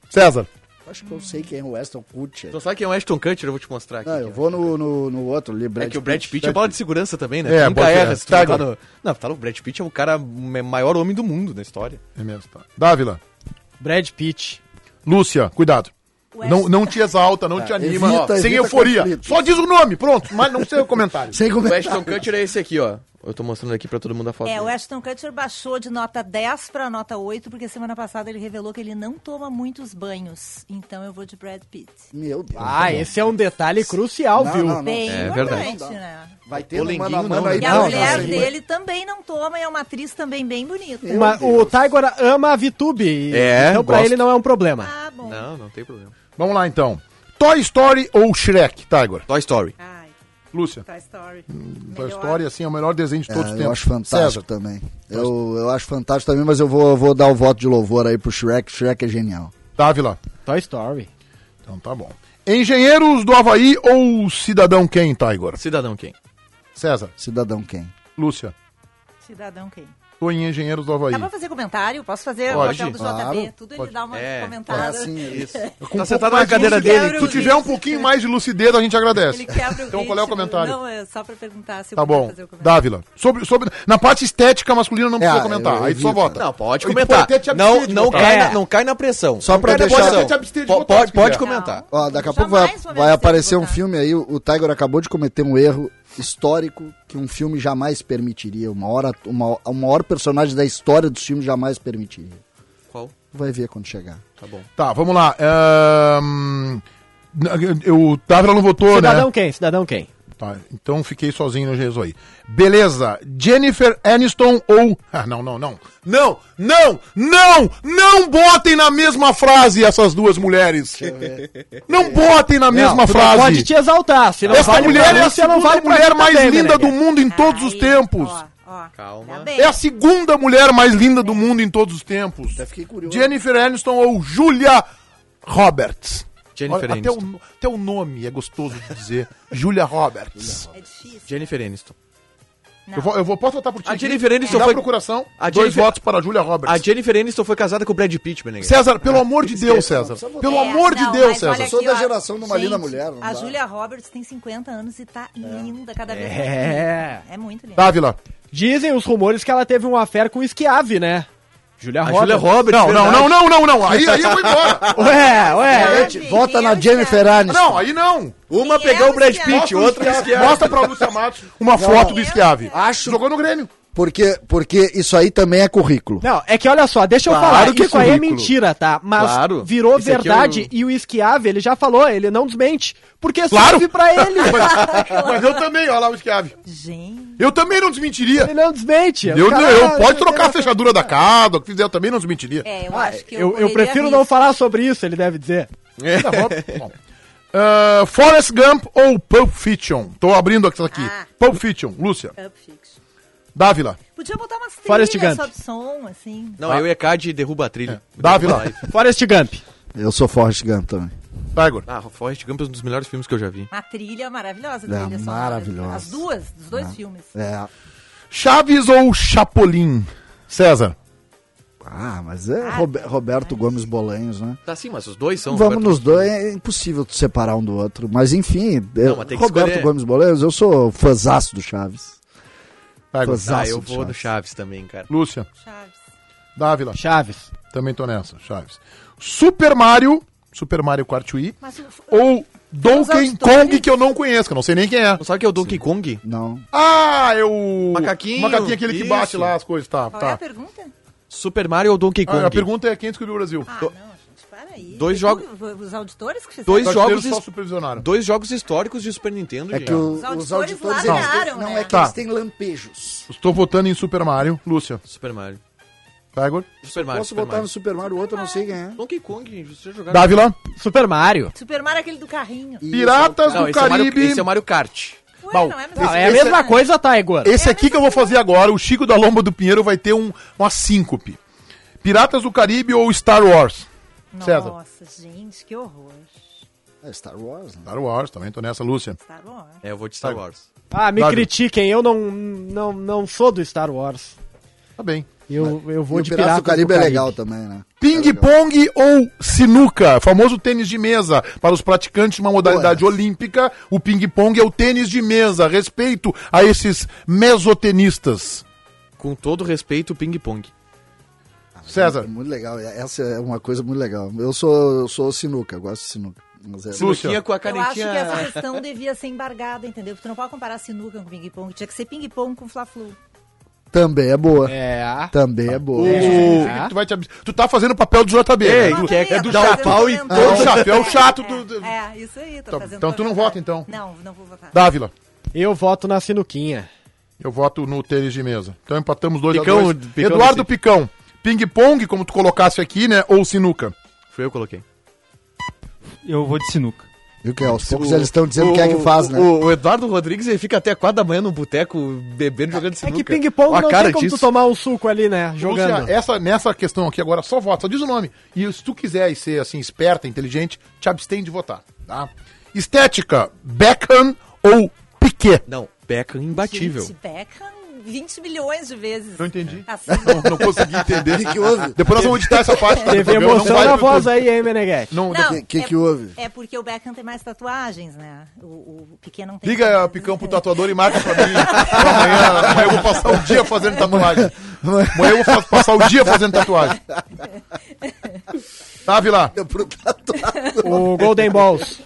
Speaker 5: César.
Speaker 6: Acho que eu sei quem é o Weston Kutcher.
Speaker 2: Tu não sabe quem é o Ashton Kutcher? Eu vou te mostrar aqui.
Speaker 6: Não, eu vou no, no, no outro ali,
Speaker 2: É
Speaker 6: Brad
Speaker 2: que o Brad Pitt é
Speaker 6: Brad
Speaker 2: bola de segurança também, né?
Speaker 5: É,
Speaker 2: Tu Nunca
Speaker 5: pode ser.
Speaker 2: erra. se tu
Speaker 5: Tá,
Speaker 2: não tá
Speaker 5: agora.
Speaker 2: no... Não, tá louco. O Brad Pitt é o cara ma- maior homem do mundo na história.
Speaker 5: É mesmo, tá. Dávila.
Speaker 3: Brad Pitt.
Speaker 5: Lúcia, cuidado.
Speaker 7: West-
Speaker 5: Não, não te exalta, não te anima,
Speaker 6: evita,
Speaker 5: sem
Speaker 6: evita
Speaker 5: euforia.
Speaker 6: conflitos.
Speaker 5: Só diz o nome, pronto, mas não sei o comentário.
Speaker 6: Sem
Speaker 2: O
Speaker 6: comentário.
Speaker 2: Ashton Kutcher é esse aqui, ó. Eu tô mostrando aqui pra todo mundo a foto.
Speaker 7: É,
Speaker 2: dele.
Speaker 7: o Ashton Kutcher baixou de nota 10 para nota 8, porque semana passada ele revelou que ele não toma muitos banhos. Então eu vou de Brad Pitt.
Speaker 6: Meu Deus.
Speaker 3: Ah, esse é um detalhe crucial,
Speaker 6: Não,
Speaker 3: viu?
Speaker 6: não, não.
Speaker 7: Bem
Speaker 2: É
Speaker 7: importante, né?
Speaker 6: Vai ter
Speaker 2: O
Speaker 6: um
Speaker 2: Lenguinho
Speaker 6: mano a
Speaker 2: não,
Speaker 6: mano
Speaker 2: né?
Speaker 6: aí.
Speaker 7: E a
Speaker 3: Não,
Speaker 7: mulher
Speaker 3: não, sim.
Speaker 7: dele também não toma, e é uma atriz também bem bonita.
Speaker 3: Uma- o Taigora ama a VTube.
Speaker 2: É,
Speaker 3: então pra
Speaker 2: gosto.
Speaker 3: ele não é um problema.
Speaker 7: Ah, bom.
Speaker 2: Não, não tem problema.
Speaker 5: Vamos lá então. Toy Story ou Shrek, Tiger?
Speaker 2: Toy Story.
Speaker 7: Ai,
Speaker 5: Lúcia.
Speaker 7: Toy Story.
Speaker 5: Toy
Speaker 7: Melhor.
Speaker 5: Story, assim, é o melhor desenho de todos os
Speaker 6: É,
Speaker 5: tempos.
Speaker 6: eu acho fantástico
Speaker 5: César.
Speaker 6: também. Eu, eu acho fantástico também, mas eu vou, vou dar o voto de louvor aí pro Shrek. Shrek é genial.
Speaker 5: Dávila.
Speaker 3: Toy Story.
Speaker 5: Então tá bom. Engenheiros do Havaí ou Cidadão Quem, Tiger?
Speaker 2: Cidadão quem?
Speaker 5: César.
Speaker 6: Cidadão quem?
Speaker 5: Lúcia.
Speaker 7: Cidadão quem?
Speaker 5: Tô em Engenheiros do Havaí.
Speaker 7: Dá pra fazer comentário? Posso fazer o
Speaker 5: Pode.
Speaker 7: hotel do JB?
Speaker 6: Claro,
Speaker 7: Tudo
Speaker 5: pode.
Speaker 7: ele dá uma
Speaker 2: É,
Speaker 7: comentada.
Speaker 6: é assim, é
Speaker 2: Isso.
Speaker 5: um
Speaker 2: Tá sentado
Speaker 5: pouco
Speaker 2: na
Speaker 5: mais
Speaker 2: cadeira
Speaker 7: de música,
Speaker 2: dele.
Speaker 7: eu-
Speaker 5: Se tiver um pouquinho mais de lucidez, a gente agradece.
Speaker 7: Ele quebra o
Speaker 5: Então qual é o
Speaker 7: ritmo.
Speaker 5: comentário?
Speaker 7: Não, é só pra perguntar se eu
Speaker 5: Tá
Speaker 7: posso
Speaker 5: bom.
Speaker 7: fazer o comentário.
Speaker 5: Dávila. Sobre, sobre, na parte estética masculina não precisa
Speaker 6: eu-
Speaker 5: comentar.
Speaker 6: eu
Speaker 5: Aí tu só
Speaker 6: evito.
Speaker 5: vota.
Speaker 2: Não, pode
Speaker 5: Eu-
Speaker 2: comentar.
Speaker 5: pode até te
Speaker 2: não,
Speaker 5: abster de
Speaker 2: não,
Speaker 5: votar.
Speaker 2: cai
Speaker 3: É.
Speaker 2: na, não cai na pressão.
Speaker 6: Só
Speaker 2: Não
Speaker 6: pra
Speaker 2: cai na
Speaker 6: deixar-
Speaker 2: pressão.
Speaker 5: Até te abster de
Speaker 2: Po-
Speaker 5: votar,
Speaker 2: pode,
Speaker 5: se
Speaker 2: pode
Speaker 5: quiser.
Speaker 2: comentar.
Speaker 6: Ó, daqui a pouco
Speaker 7: Jamais
Speaker 6: vai,
Speaker 7: vou
Speaker 6: vai
Speaker 7: merecer
Speaker 6: aparecer um
Speaker 7: votar.
Speaker 6: filme aí. O Tiger acabou de cometer um erro histórico que um filme jamais permitiria. Uma hora, uma, o maior personagem da história dos filmes jamais permitiria.
Speaker 2: Qual?
Speaker 6: Vai ver quando chegar.
Speaker 2: Tá bom.
Speaker 5: Tá, vamos lá. Ahn, n- eu- O Dávila não votou,
Speaker 3: Cidadão
Speaker 5: né?
Speaker 3: quem? Cidadão quem?
Speaker 5: Tá, então fiquei sozinho no Jesus aí. Beleza. Jennifer Aniston ou. Ah, não, não, não. Não, não, não, não botem na mesma frase essas duas mulheres. Não botem na mesma
Speaker 3: tu
Speaker 5: frase.
Speaker 3: Não pode te exaltar, se não
Speaker 5: Essa
Speaker 3: vale pra
Speaker 5: mulher é
Speaker 3: mim,
Speaker 5: a
Speaker 3: você não
Speaker 5: segunda
Speaker 3: vale pra
Speaker 5: mulher
Speaker 3: mim
Speaker 5: mais
Speaker 3: também,
Speaker 5: linda
Speaker 3: Meneghete.
Speaker 5: do mundo em todos os
Speaker 7: Aí,
Speaker 5: tempos.
Speaker 7: ó, ó.
Speaker 2: Calma.
Speaker 7: Tá bem.
Speaker 5: É a segunda mulher mais linda do mundo em todos os tempos.
Speaker 6: Até fiquei curioso.
Speaker 5: Jennifer Aniston ou Julia Roberts?
Speaker 2: Jennifer
Speaker 5: Olha, até, o,
Speaker 2: Aniston.
Speaker 5: no- até o nome é gostoso de dizer. Julia Roberts.
Speaker 7: É difícil.
Speaker 2: Jennifer Aniston.
Speaker 5: Eu vou, eu vou, posso votar por ti?
Speaker 2: A
Speaker 5: aqui?
Speaker 2: Jennifer Aniston
Speaker 5: Dá
Speaker 2: foi-
Speaker 5: procuração.
Speaker 2: A
Speaker 5: dois
Speaker 2: Jennifer-
Speaker 5: votos para Julia Roberts.
Speaker 2: A Jennifer É. Aniston foi casada com o Brad Pitt, Meneghete.
Speaker 5: César, pelo amor de Deus, César. Pelo
Speaker 7: É,
Speaker 5: amor de
Speaker 7: não,
Speaker 5: Deus,
Speaker 7: mas olha
Speaker 5: César.
Speaker 7: aqui,
Speaker 6: Sou da
Speaker 7: ó.
Speaker 6: geração do Marina
Speaker 7: Gente,
Speaker 6: Mulher, não dá.
Speaker 7: A Julia Roberts tem 50 anos e tá linda cada vez
Speaker 3: É.
Speaker 7: mais. linda. É muito linda.
Speaker 5: Dávila.
Speaker 3: Dizem os rumores que ela teve um affair com o Schiave, né? Julia
Speaker 2: A
Speaker 5: é
Speaker 3: Roberts.
Speaker 2: Julia Roberts.
Speaker 5: Não, não,
Speaker 2: verdade.
Speaker 5: não, não, não, não. Aí, aí eu vou embora.
Speaker 3: Ué,
Speaker 5: É,
Speaker 3: ué.
Speaker 7: Sabe?
Speaker 6: Gente, vota na
Speaker 7: Eu
Speaker 6: Jennifer
Speaker 7: já-
Speaker 6: Aniston.
Speaker 5: Não, aí não.
Speaker 2: Uma
Speaker 7: Quem é
Speaker 2: pegou o Brad
Speaker 7: Luciano?
Speaker 2: Pitt,
Speaker 7: Mostra
Speaker 2: outra esquiava.
Speaker 5: Mostra pra Lúcia Matos uma foto do Schiave.
Speaker 6: Acho-
Speaker 5: Jogou no Grêmio.
Speaker 6: Porque, porque isso aí também é currículo.
Speaker 3: Não, é que olha só, deixa eu
Speaker 5: Claro
Speaker 3: falar,
Speaker 5: que é
Speaker 3: isso aí é
Speaker 5: currículo.
Speaker 3: mentira, tá? Mas
Speaker 2: Claro.
Speaker 3: virou
Speaker 2: Isso aqui
Speaker 3: verdade
Speaker 2: é o-
Speaker 3: e o Esquiave, ele já falou, ele não desmente, porque
Speaker 5: Claro.
Speaker 3: serve pra ele.
Speaker 5: Mas eu também, olha lá o Schiave.
Speaker 7: Gente,
Speaker 5: Eu também não desmentiria.
Speaker 3: ele não desmente.
Speaker 5: Eu,
Speaker 3: O cara-
Speaker 5: eu pode trocar a fechadura da casa, o que fizer, eu também não desmentiria.
Speaker 7: é, eu
Speaker 3: Ah,
Speaker 7: acho que eu.
Speaker 3: eu, eu
Speaker 7: correria
Speaker 3: prefiro não
Speaker 7: risco.
Speaker 3: falar sobre isso, ele deve dizer.
Speaker 2: É.
Speaker 5: Tá bom, bom. Ah, Forrest Gump ou Pulp Fiction? Tô abrindo aqui. aqui.
Speaker 7: Ah.
Speaker 5: Pulp Fiction, Lúcia.
Speaker 7: Pulp Fiction.
Speaker 5: Dávila.
Speaker 7: Podia botar umas
Speaker 3: Forrest
Speaker 7: trilhas
Speaker 3: Gump.
Speaker 7: sob som, assim.
Speaker 2: Não, eu e a Cade derruba a trilha.
Speaker 5: Dávila.
Speaker 3: Forrest Gump.
Speaker 6: Eu sou Forrest Gump também.
Speaker 5: Tiger.
Speaker 2: Ah, Forrest Gump é um dos melhores filmes que eu já vi.
Speaker 7: Uma trilha maravilhosa.
Speaker 6: É,
Speaker 7: trilha sonora.
Speaker 6: maravilhosa.
Speaker 7: As duas, dos dois filmes.
Speaker 6: É.
Speaker 5: Chaves ou Chapolin? César.
Speaker 6: Ah, mas é Robe- Roberto Gomes Bolanhos, né?
Speaker 2: Tá sim, mas os dois são.
Speaker 6: Vamos
Speaker 2: Roberto-
Speaker 6: nos dois, é impossível tu separar um do outro. Mas enfim, eu-
Speaker 2: mas tem que
Speaker 6: Roberto
Speaker 2: escolher.
Speaker 6: Gomes Bolanhos, eu sou fãzaço do Chaves.
Speaker 5: Tiger.
Speaker 6: Pois é.
Speaker 2: Ah,
Speaker 6: Nossa,
Speaker 2: eu vou
Speaker 6: Chaves.
Speaker 2: no Chaves também, cara.
Speaker 5: Lúcia.
Speaker 7: Chaves.
Speaker 5: Dávila.
Speaker 3: Chaves.
Speaker 5: Também tô nessa, Chaves. Super Mario. Super Mario Kart Wii.
Speaker 7: Mas o-
Speaker 5: Ou Donkey
Speaker 7: aos dois.
Speaker 5: Kong, que eu não conheço, que eu não sei nem quem é.
Speaker 2: Não sabe o que é o Donkey Kong?
Speaker 6: Não.
Speaker 5: Ah, é o.
Speaker 2: Macaquinho,
Speaker 5: Macaquinho aquele que
Speaker 2: isso.
Speaker 5: bate lá as coisas, tá.
Speaker 7: Qual é a
Speaker 5: tá.
Speaker 7: pergunta?
Speaker 2: Super Mario ou Donkey Kong?
Speaker 5: Ah, a pergunta é quem descobriu o Brasil.
Speaker 7: Ah,
Speaker 2: Do-
Speaker 7: não, gente, para aí.
Speaker 2: dois
Speaker 7: Tu-
Speaker 2: jogos-
Speaker 7: Os auditores que fizeram.
Speaker 2: Dois
Speaker 5: Os
Speaker 2: jogos,
Speaker 5: brasileiros só
Speaker 2: his-
Speaker 5: supervisionaram.
Speaker 2: dois jogos históricos de Super Nintendo,
Speaker 6: É
Speaker 2: gente.
Speaker 6: que o-
Speaker 7: Os auditores
Speaker 6: os auditores eles
Speaker 7: largaram,
Speaker 6: têm- não
Speaker 7: né?
Speaker 6: é que
Speaker 5: Tá.
Speaker 6: eles têm lampejos.
Speaker 5: Estou votando em Super Mario. Lúcia.
Speaker 2: Super Mario.
Speaker 5: Tiger.
Speaker 2: Super Mario.
Speaker 6: Posso
Speaker 2: Super
Speaker 6: botar no
Speaker 2: Mario.
Speaker 6: Super Mario, o outro eu não sei quem é.
Speaker 2: Donkey Kong, gente, vocês já jogaram.
Speaker 5: Dávila.
Speaker 3: Super Mario.
Speaker 7: Super Mario é aquele do carrinho.
Speaker 6: E
Speaker 5: Piratas
Speaker 2: Não,
Speaker 5: do
Speaker 2: esse é, Mario,
Speaker 5: Caribe.
Speaker 2: esse é o Mario Kart.
Speaker 7: Ué,
Speaker 5: Bom,
Speaker 7: não é
Speaker 3: Não,
Speaker 7: mesmo?
Speaker 3: é a mesma coisa, tá, Igor?
Speaker 5: Esse aqui que eu vou fazer agora, o Chico da Lomba do Pinheiro vai ter um, uma síncope. Piratas do Caribe ou Star Wars? César.
Speaker 7: Nossa, gente, que horror.
Speaker 6: É Star Wars, né?
Speaker 5: Star Wars, também tô nessa, Lúcia.
Speaker 7: Star Wars.
Speaker 2: É, eu vou de Star Wars.
Speaker 3: Ah, me
Speaker 5: Dávila.
Speaker 3: critiquem, eu não, não, não sou do Star Wars.
Speaker 5: Tá bem.
Speaker 3: Eu, eu vou
Speaker 6: E o
Speaker 3: de
Speaker 6: Piratas
Speaker 3: pirata
Speaker 6: do Caribe é legal também, né?
Speaker 5: Ping Pong ou Sinuca, famoso tênis de mesa. Para os praticantes de uma modalidade olímpica, o ping pong é o tênis de mesa. Respeito a esses mesotenistas.
Speaker 2: Com todo respeito, Ping Pong.
Speaker 5: César.
Speaker 6: É muito legal, essa é uma coisa muito legal. Eu sou, eu sou sinuca, eu gosto de sinuca. Mas é-
Speaker 5: Lúcia.
Speaker 2: Sinuquinha com a
Speaker 7: Eu acho que
Speaker 2: canetinha.
Speaker 7: essa questão devia ser embargada, entendeu? Porque tu não pode comparar sinuca com ping-pong. Tinha que ser ping-pong com fla-flu.
Speaker 6: Também é boa.
Speaker 3: É.
Speaker 6: Também é boa.
Speaker 5: O- Tu, vai te abs- tu tá fazendo o papel do JB. né?
Speaker 7: Não,
Speaker 5: Tu-
Speaker 2: que é- é do
Speaker 7: eu tô
Speaker 2: chapéu
Speaker 7: fazendo
Speaker 2: e
Speaker 7: um
Speaker 5: todo
Speaker 7: comentário.
Speaker 5: chapéu chato
Speaker 7: É,
Speaker 5: do- do-
Speaker 7: É, isso aí. Tô
Speaker 5: Tá,
Speaker 7: fazendo
Speaker 5: então tu não
Speaker 7: comentário.
Speaker 5: vota, então.
Speaker 7: Não, não vou votar.
Speaker 5: Dávila.
Speaker 3: Eu voto na sinuquinha.
Speaker 5: Eu voto no tênis de mesa. Então empatamos dois
Speaker 2: Picão,
Speaker 5: a dois.
Speaker 2: picão
Speaker 5: Eduardo
Speaker 2: decide.
Speaker 5: Picão, ping-pong, como tu colocasse aqui, né? Ou sinuca.
Speaker 2: Foi eu que coloquei.
Speaker 8: Eu vou de sinuca.
Speaker 6: Viu que aos poucos eles estão dizendo quem é que faz, né?
Speaker 2: O, o Eduardo Rodrigues ele fica até 4 da manhã no boteco bebendo, jogando
Speaker 3: É
Speaker 2: sinuca.
Speaker 3: que ping-pong
Speaker 2: Ó, a
Speaker 3: não
Speaker 2: cara
Speaker 3: tem como tu
Speaker 2: disso.
Speaker 3: tomar um suco ali, né? Jogando.
Speaker 5: Lúcia, essa, nessa questão aqui agora, só vota, só diz o nome. E se tu quiser ser assim, esperta, inteligente, te abstém de votar, tá? Estética, Beckham ou Piquet?
Speaker 2: Não, Beckham é imbatível.
Speaker 7: Gente, Beckham 20 milhões de vezes.
Speaker 5: Não entendi.
Speaker 7: Assim,
Speaker 5: Não, não consegui entender.
Speaker 6: que, que houve?
Speaker 5: Depois nós vamos editar essa parte. do
Speaker 3: Teve
Speaker 5: programa, não
Speaker 3: emoção
Speaker 5: vai
Speaker 3: na
Speaker 5: pro-
Speaker 3: voz aí, hein, Meneghete?
Speaker 5: Não,
Speaker 7: Não,
Speaker 6: O que,
Speaker 7: é-
Speaker 6: que houve?
Speaker 7: É porque o Beckham tem mais tatuagens, né? O, o Piquet não tem.
Speaker 5: Liga a Picão pro tatuador e marca pra mim. amanhã, amanhã eu vou passar o dia fazendo tatuagem. Amanhã eu vou fa- passar o dia fazendo tatuagem. Tá, Vila?
Speaker 6: Eu pro tatuado.
Speaker 3: O Golden Balls.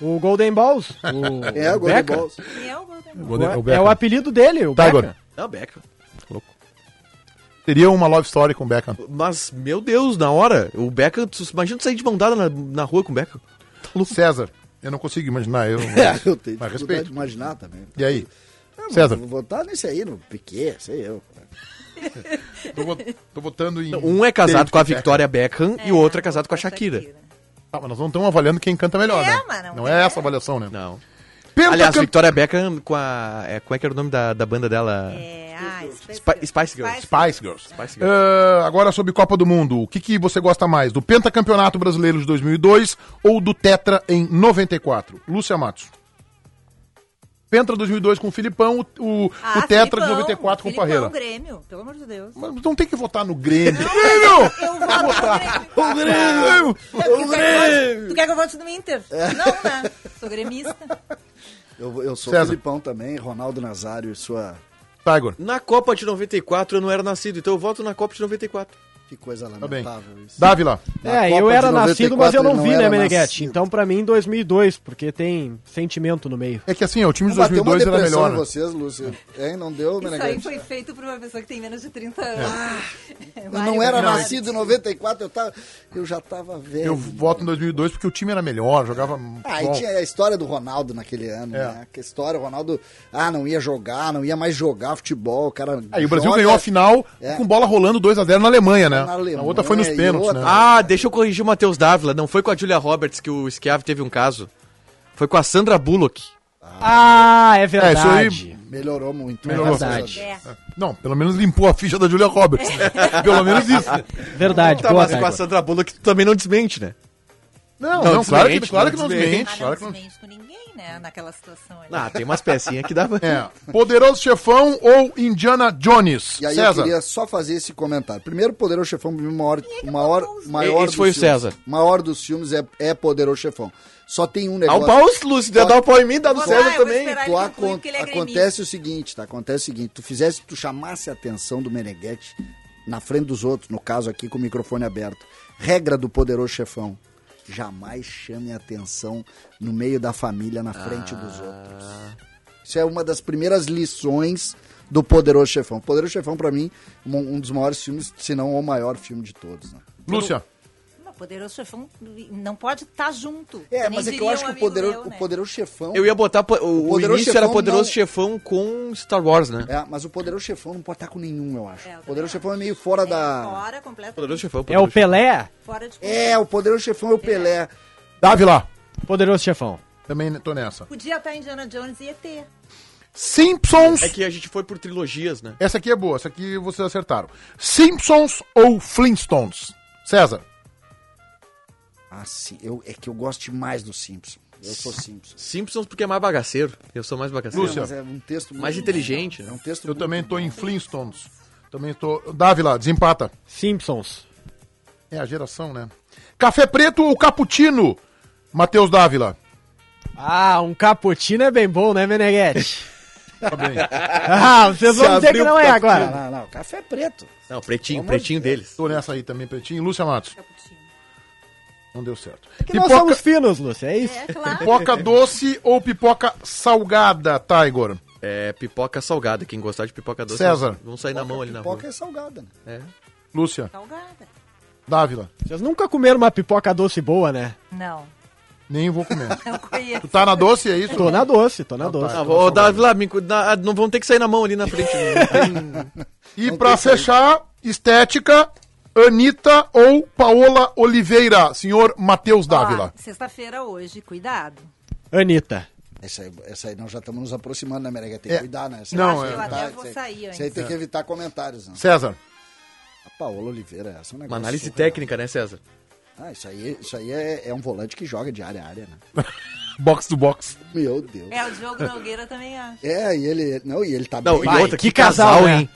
Speaker 3: O Golden Balls. O
Speaker 6: É, o Golden
Speaker 3: Beckham.
Speaker 6: Balls.
Speaker 7: E é o Golden Boy.
Speaker 3: É o apelido dele, o
Speaker 5: Tá,
Speaker 3: Beckham.
Speaker 5: agora.
Speaker 2: Não, Beckham.
Speaker 5: Teria uma love story com o Beckham.
Speaker 2: Tá Mas, meu Deus, na hora, o Beckham, tu- imagina tu sair de mão dada na, na rua com o Beckham.
Speaker 5: César. Eu não consigo imaginar. Eu,
Speaker 6: É, eu tenho
Speaker 5: mas
Speaker 6: dificuldade de
Speaker 5: respeito.
Speaker 6: imaginar também.
Speaker 5: E aí?
Speaker 6: Eu não
Speaker 5: César.
Speaker 6: Vou votar nesse aí, no Piquet, sei eu.
Speaker 5: Tô, vo- tô votando em...
Speaker 2: Um é casado
Speaker 5: David
Speaker 2: com a
Speaker 5: Beckham.
Speaker 2: Victoria Beckham e o outro é casado com a Shakira.
Speaker 7: né?
Speaker 5: Ah, mas nós não estamos avaliando quem canta melhor,
Speaker 7: É,
Speaker 5: né?
Speaker 7: mas não
Speaker 5: não é,
Speaker 7: é.
Speaker 5: essa a avaliação, né?
Speaker 2: Não.
Speaker 6: um
Speaker 5: Penta
Speaker 2: Aliás,
Speaker 5: can-
Speaker 2: Victoria Beckham com a... É, como é que era o nome da, da banda dela?
Speaker 7: É, ah, Spice
Speaker 2: Spi-
Speaker 7: Girls.
Speaker 2: Spice Girls.
Speaker 5: Spice Girls.
Speaker 2: Spice Girls.
Speaker 5: Ah, agora sobre Copa do Mundo, o que, que você gosta mais, do pentacampeonato brasileiro de 2002 ou do tetra em 94? Lúcia Matos. Pentra 2002 com o Filipão, o, o-
Speaker 7: Ah,
Speaker 5: o tetra de
Speaker 7: Filipão,
Speaker 5: 94 com o
Speaker 7: Filipão, é um
Speaker 5: Parreira.
Speaker 7: Grêmio, pelo amor de Deus.
Speaker 5: Mas não tem que votar no Grêmio. Grêmio!
Speaker 7: Eu voto no Grêmio.
Speaker 5: O Grêmio!
Speaker 6: É um
Speaker 7: Tu quer que eu vote- Tu quer que eu vote no Inter? Não, né? Sou gremista.
Speaker 6: Eu, eu sou
Speaker 5: César.
Speaker 6: Filipão também, Ronaldo Nazário e sua.
Speaker 5: Tiger.
Speaker 2: Na Copa de 94 eu não era nascido, então eu voto na Copa de 94.
Speaker 6: Que coisa
Speaker 5: Tá bem.
Speaker 6: lamentável isso.
Speaker 5: Dávila.
Speaker 6: Na
Speaker 3: É,
Speaker 6: Copa
Speaker 3: eu
Speaker 6: de
Speaker 3: era nascido, mas eu
Speaker 6: 94
Speaker 3: não,
Speaker 6: ele
Speaker 3: vi,
Speaker 6: não
Speaker 3: né,
Speaker 6: era
Speaker 3: Meneghete?
Speaker 6: nascido.
Speaker 3: Então, pra mim, 2002, porque tem sentimento no meio.
Speaker 5: É que assim, ó, o time de
Speaker 6: Bateu uma
Speaker 5: 2002 era
Speaker 6: depressão
Speaker 5: melhor.
Speaker 6: em
Speaker 5: né?
Speaker 6: vocês, Lúcio. Hein, não deu,
Speaker 7: Isso aí
Speaker 6: Meneghete?
Speaker 7: foi feito por uma pessoa que tem menos de 30 anos. é
Speaker 6: Eu É. não era nascido em 94, eu, tava, eu já tava velho.
Speaker 5: Eu voto em 2002 porque o time era melhor, jogava
Speaker 6: Ah,
Speaker 5: bom.
Speaker 6: e tinha a história do Ronaldo naquele ano,
Speaker 5: É.
Speaker 6: né? Que história, o Ronaldo, ah, não ia jogar, não ia mais jogar futebol, o cara...
Speaker 5: Aí o Brasil
Speaker 6: joga
Speaker 5: ganhou a final
Speaker 6: É.
Speaker 5: com bola rolando 2x0 na Alemanha, né? a
Speaker 6: Na Alemanha,
Speaker 5: outra foi nos
Speaker 6: e
Speaker 5: pênaltis,
Speaker 6: outra-
Speaker 5: né?
Speaker 2: Ah, deixa eu corrigir o Matheus Dávila. Não foi com a Julia Roberts que o Schiavi teve um caso. Foi com a Sandra Bullock.
Speaker 3: Ah, é
Speaker 5: é, isso aí
Speaker 3: verdade.
Speaker 6: Melhorou muito.
Speaker 5: Melhorou.
Speaker 6: graças a Deus.
Speaker 7: É.
Speaker 5: Não, pelo menos limpou a ficha da Julia Roberts. né? pelo menos isso.
Speaker 3: Verdade,
Speaker 2: Tá,
Speaker 3: Ah, boa,
Speaker 2: mas com
Speaker 3: Taigo.
Speaker 2: a Sandra Bullock tu também não desmente, né?
Speaker 5: Não,
Speaker 2: Não,
Speaker 5: não, claro, que,
Speaker 2: desmente,
Speaker 5: claro
Speaker 2: não
Speaker 6: né?
Speaker 5: que não
Speaker 2: desmente.
Speaker 5: desmente.
Speaker 7: Mas não
Speaker 5: Claro que não
Speaker 7: desmente com ninguém, né? Naquela situação ali.
Speaker 2: Ah, tem umas pecinhas que dá pra...
Speaker 5: É. Poderoso Chefão ou Indiana Jones?
Speaker 6: E aí
Speaker 5: César.
Speaker 6: eu queria só fazer esse comentário. Primeiro, Poderoso Chefão, o maior, o maior,
Speaker 7: botou os-
Speaker 6: maior
Speaker 2: Esse foi o
Speaker 6: filmes.
Speaker 2: César.
Speaker 6: O maior dos filmes é, é Poderoso Chefão. Só tem um
Speaker 2: Dá
Speaker 6: negócio.
Speaker 2: um pau, Lúcio. Dá um pau em mim, dá no
Speaker 7: Vou
Speaker 2: César
Speaker 7: lá, eu vou
Speaker 2: também.
Speaker 7: esperar
Speaker 6: Tu
Speaker 7: ele
Speaker 6: acon-
Speaker 7: concluir, porque ele é gremista.
Speaker 6: acontece o seguinte, tá? Acontece o seguinte, tu fizesse, tu chamasse a atenção do Meneghete na frente dos outros, no caso aqui com o microfone aberto. Regra do poderoso chefão. Jamais chame a atenção no meio da família, na frente
Speaker 2: Ah.
Speaker 6: dos outros. Isso é uma das primeiras lições do Poderoso Chefão. Poderoso Chefão, pra mim, um, um dos maiores filmes, se não o maior filme de todos. Né?
Speaker 5: Lúcia.
Speaker 7: Mas poderoso chefão não pode estar junto.
Speaker 6: É,
Speaker 7: Nem
Speaker 6: mas é que eu
Speaker 7: diria
Speaker 6: acho que
Speaker 7: um
Speaker 6: o,
Speaker 7: amigo
Speaker 6: Poderoso-
Speaker 7: meu,
Speaker 6: o
Speaker 7: né?
Speaker 6: Poderoso Chefão...
Speaker 2: Eu ia botar... po- O, o
Speaker 6: Poderoso
Speaker 2: início era
Speaker 6: Chefão
Speaker 2: Poderoso
Speaker 6: não-
Speaker 2: Chefão com Star Wars, né?
Speaker 6: É, mas o Poderoso Chefão não pode estar com nenhum, eu acho. o
Speaker 7: É, eu também
Speaker 6: Poderoso
Speaker 7: acho.
Speaker 6: Chefão é meio fora da...
Speaker 7: Fora, completamente.
Speaker 2: Poderoso Chefão.
Speaker 3: É o
Speaker 2: Poderoso
Speaker 3: Pelé,
Speaker 7: Fora de
Speaker 6: É, o poderoso chefão é o Pelé.
Speaker 5: Dávila.
Speaker 3: poderoso chefão.
Speaker 5: Também tô nessa.
Speaker 7: Podia estar Indiana Jones e ET.
Speaker 5: Simpsons.
Speaker 2: É que a gente foi por trilogias, né?
Speaker 5: Essa aqui é boa, essa aqui vocês acertaram. Simpsons ou Flintstones? César.
Speaker 6: Ah, sim. Eu, é que eu gosto mais do Simpson. Eu sou Simpson.
Speaker 2: Simpsons porque é mais bagaceiro. Eu sou mais bagaceiro.
Speaker 5: Lúcia.
Speaker 6: Mas é um texto muito
Speaker 2: Mais inteligente,
Speaker 6: É um
Speaker 2: né?
Speaker 6: texto
Speaker 5: Eu
Speaker 6: muito
Speaker 5: também tô em Flintstones. Também tô. Dávila, desempata.
Speaker 3: Simpsons.
Speaker 5: É a geração, né? Café preto ou cappuccino? Matheus Dávila.
Speaker 3: Ah, um cappuccino é bem bom, né, Meneghete?
Speaker 5: Tá bem.
Speaker 3: ah, vocês
Speaker 2: Se
Speaker 3: vão dizer que
Speaker 2: abriu
Speaker 3: não é
Speaker 2: o
Speaker 6: Não,
Speaker 3: agora.
Speaker 6: não, não. Café é preto.
Speaker 2: Não, pretinho, pretinho deles.
Speaker 5: Tô nessa aí também, Pretinho. Lúcia Matos.
Speaker 7: É Cappuccino.
Speaker 5: Não deu certo.
Speaker 6: É
Speaker 3: Que nós somos finos, Lúcio, é isso?
Speaker 7: É claro.
Speaker 5: Pipoca doce ou pipoca salgada, Tiger?
Speaker 2: É pipoca salgada. Quem gostar de pipoca doce,
Speaker 5: César.
Speaker 2: vão sair na mão ali
Speaker 5: Tá
Speaker 2: na
Speaker 6: Pipoca
Speaker 2: rua.
Speaker 6: é salgada, né?
Speaker 5: Lúcia,
Speaker 7: Salgada.
Speaker 5: Dávila,
Speaker 3: Vocês nunca comeram uma pipoca doce boa, né?
Speaker 7: Não.
Speaker 5: nem vou comer.
Speaker 7: Eu conheço.
Speaker 5: tu tá na doce, é isso?
Speaker 3: Tô na doce, tô na doce.
Speaker 2: Ah, ô, Davi lá, me cu- na- ah, não vão ter que sair na mão ali na frente. né? não tem-
Speaker 5: E pra fechar, estética, Anitta ou Paola Oliveira, senhor Matheus Dávila.
Speaker 7: Ó, Sexta-feira hoje, cuidado.
Speaker 3: Anitta.
Speaker 6: Essa aí, essa aí nós já estamos nos aproximando, né, Merega? Tem
Speaker 5: É.
Speaker 6: que cuidar, né? Essa
Speaker 5: Não,
Speaker 6: aí,
Speaker 5: é.
Speaker 7: Eu até vou
Speaker 6: isso aí-
Speaker 7: sair antes.
Speaker 6: Isso aí tem que evitar comentários, né?
Speaker 5: César,
Speaker 6: A Paola Oliveira, essa é um negócio.
Speaker 2: Uma análise
Speaker 6: surreal.
Speaker 2: técnica, né, César?
Speaker 6: Ah, isso aí, isso aí é, é um volante que joga de área a área, né?
Speaker 5: box to box.
Speaker 6: Meu Deus.
Speaker 7: É, o Diogo Nogueira também acha.
Speaker 6: É, e ele. Não, e ele tá
Speaker 2: Não,
Speaker 6: bem.
Speaker 2: e
Speaker 3: Vai,
Speaker 2: outra, que,
Speaker 3: que
Speaker 2: casal,
Speaker 3: casal, né?
Speaker 2: hein?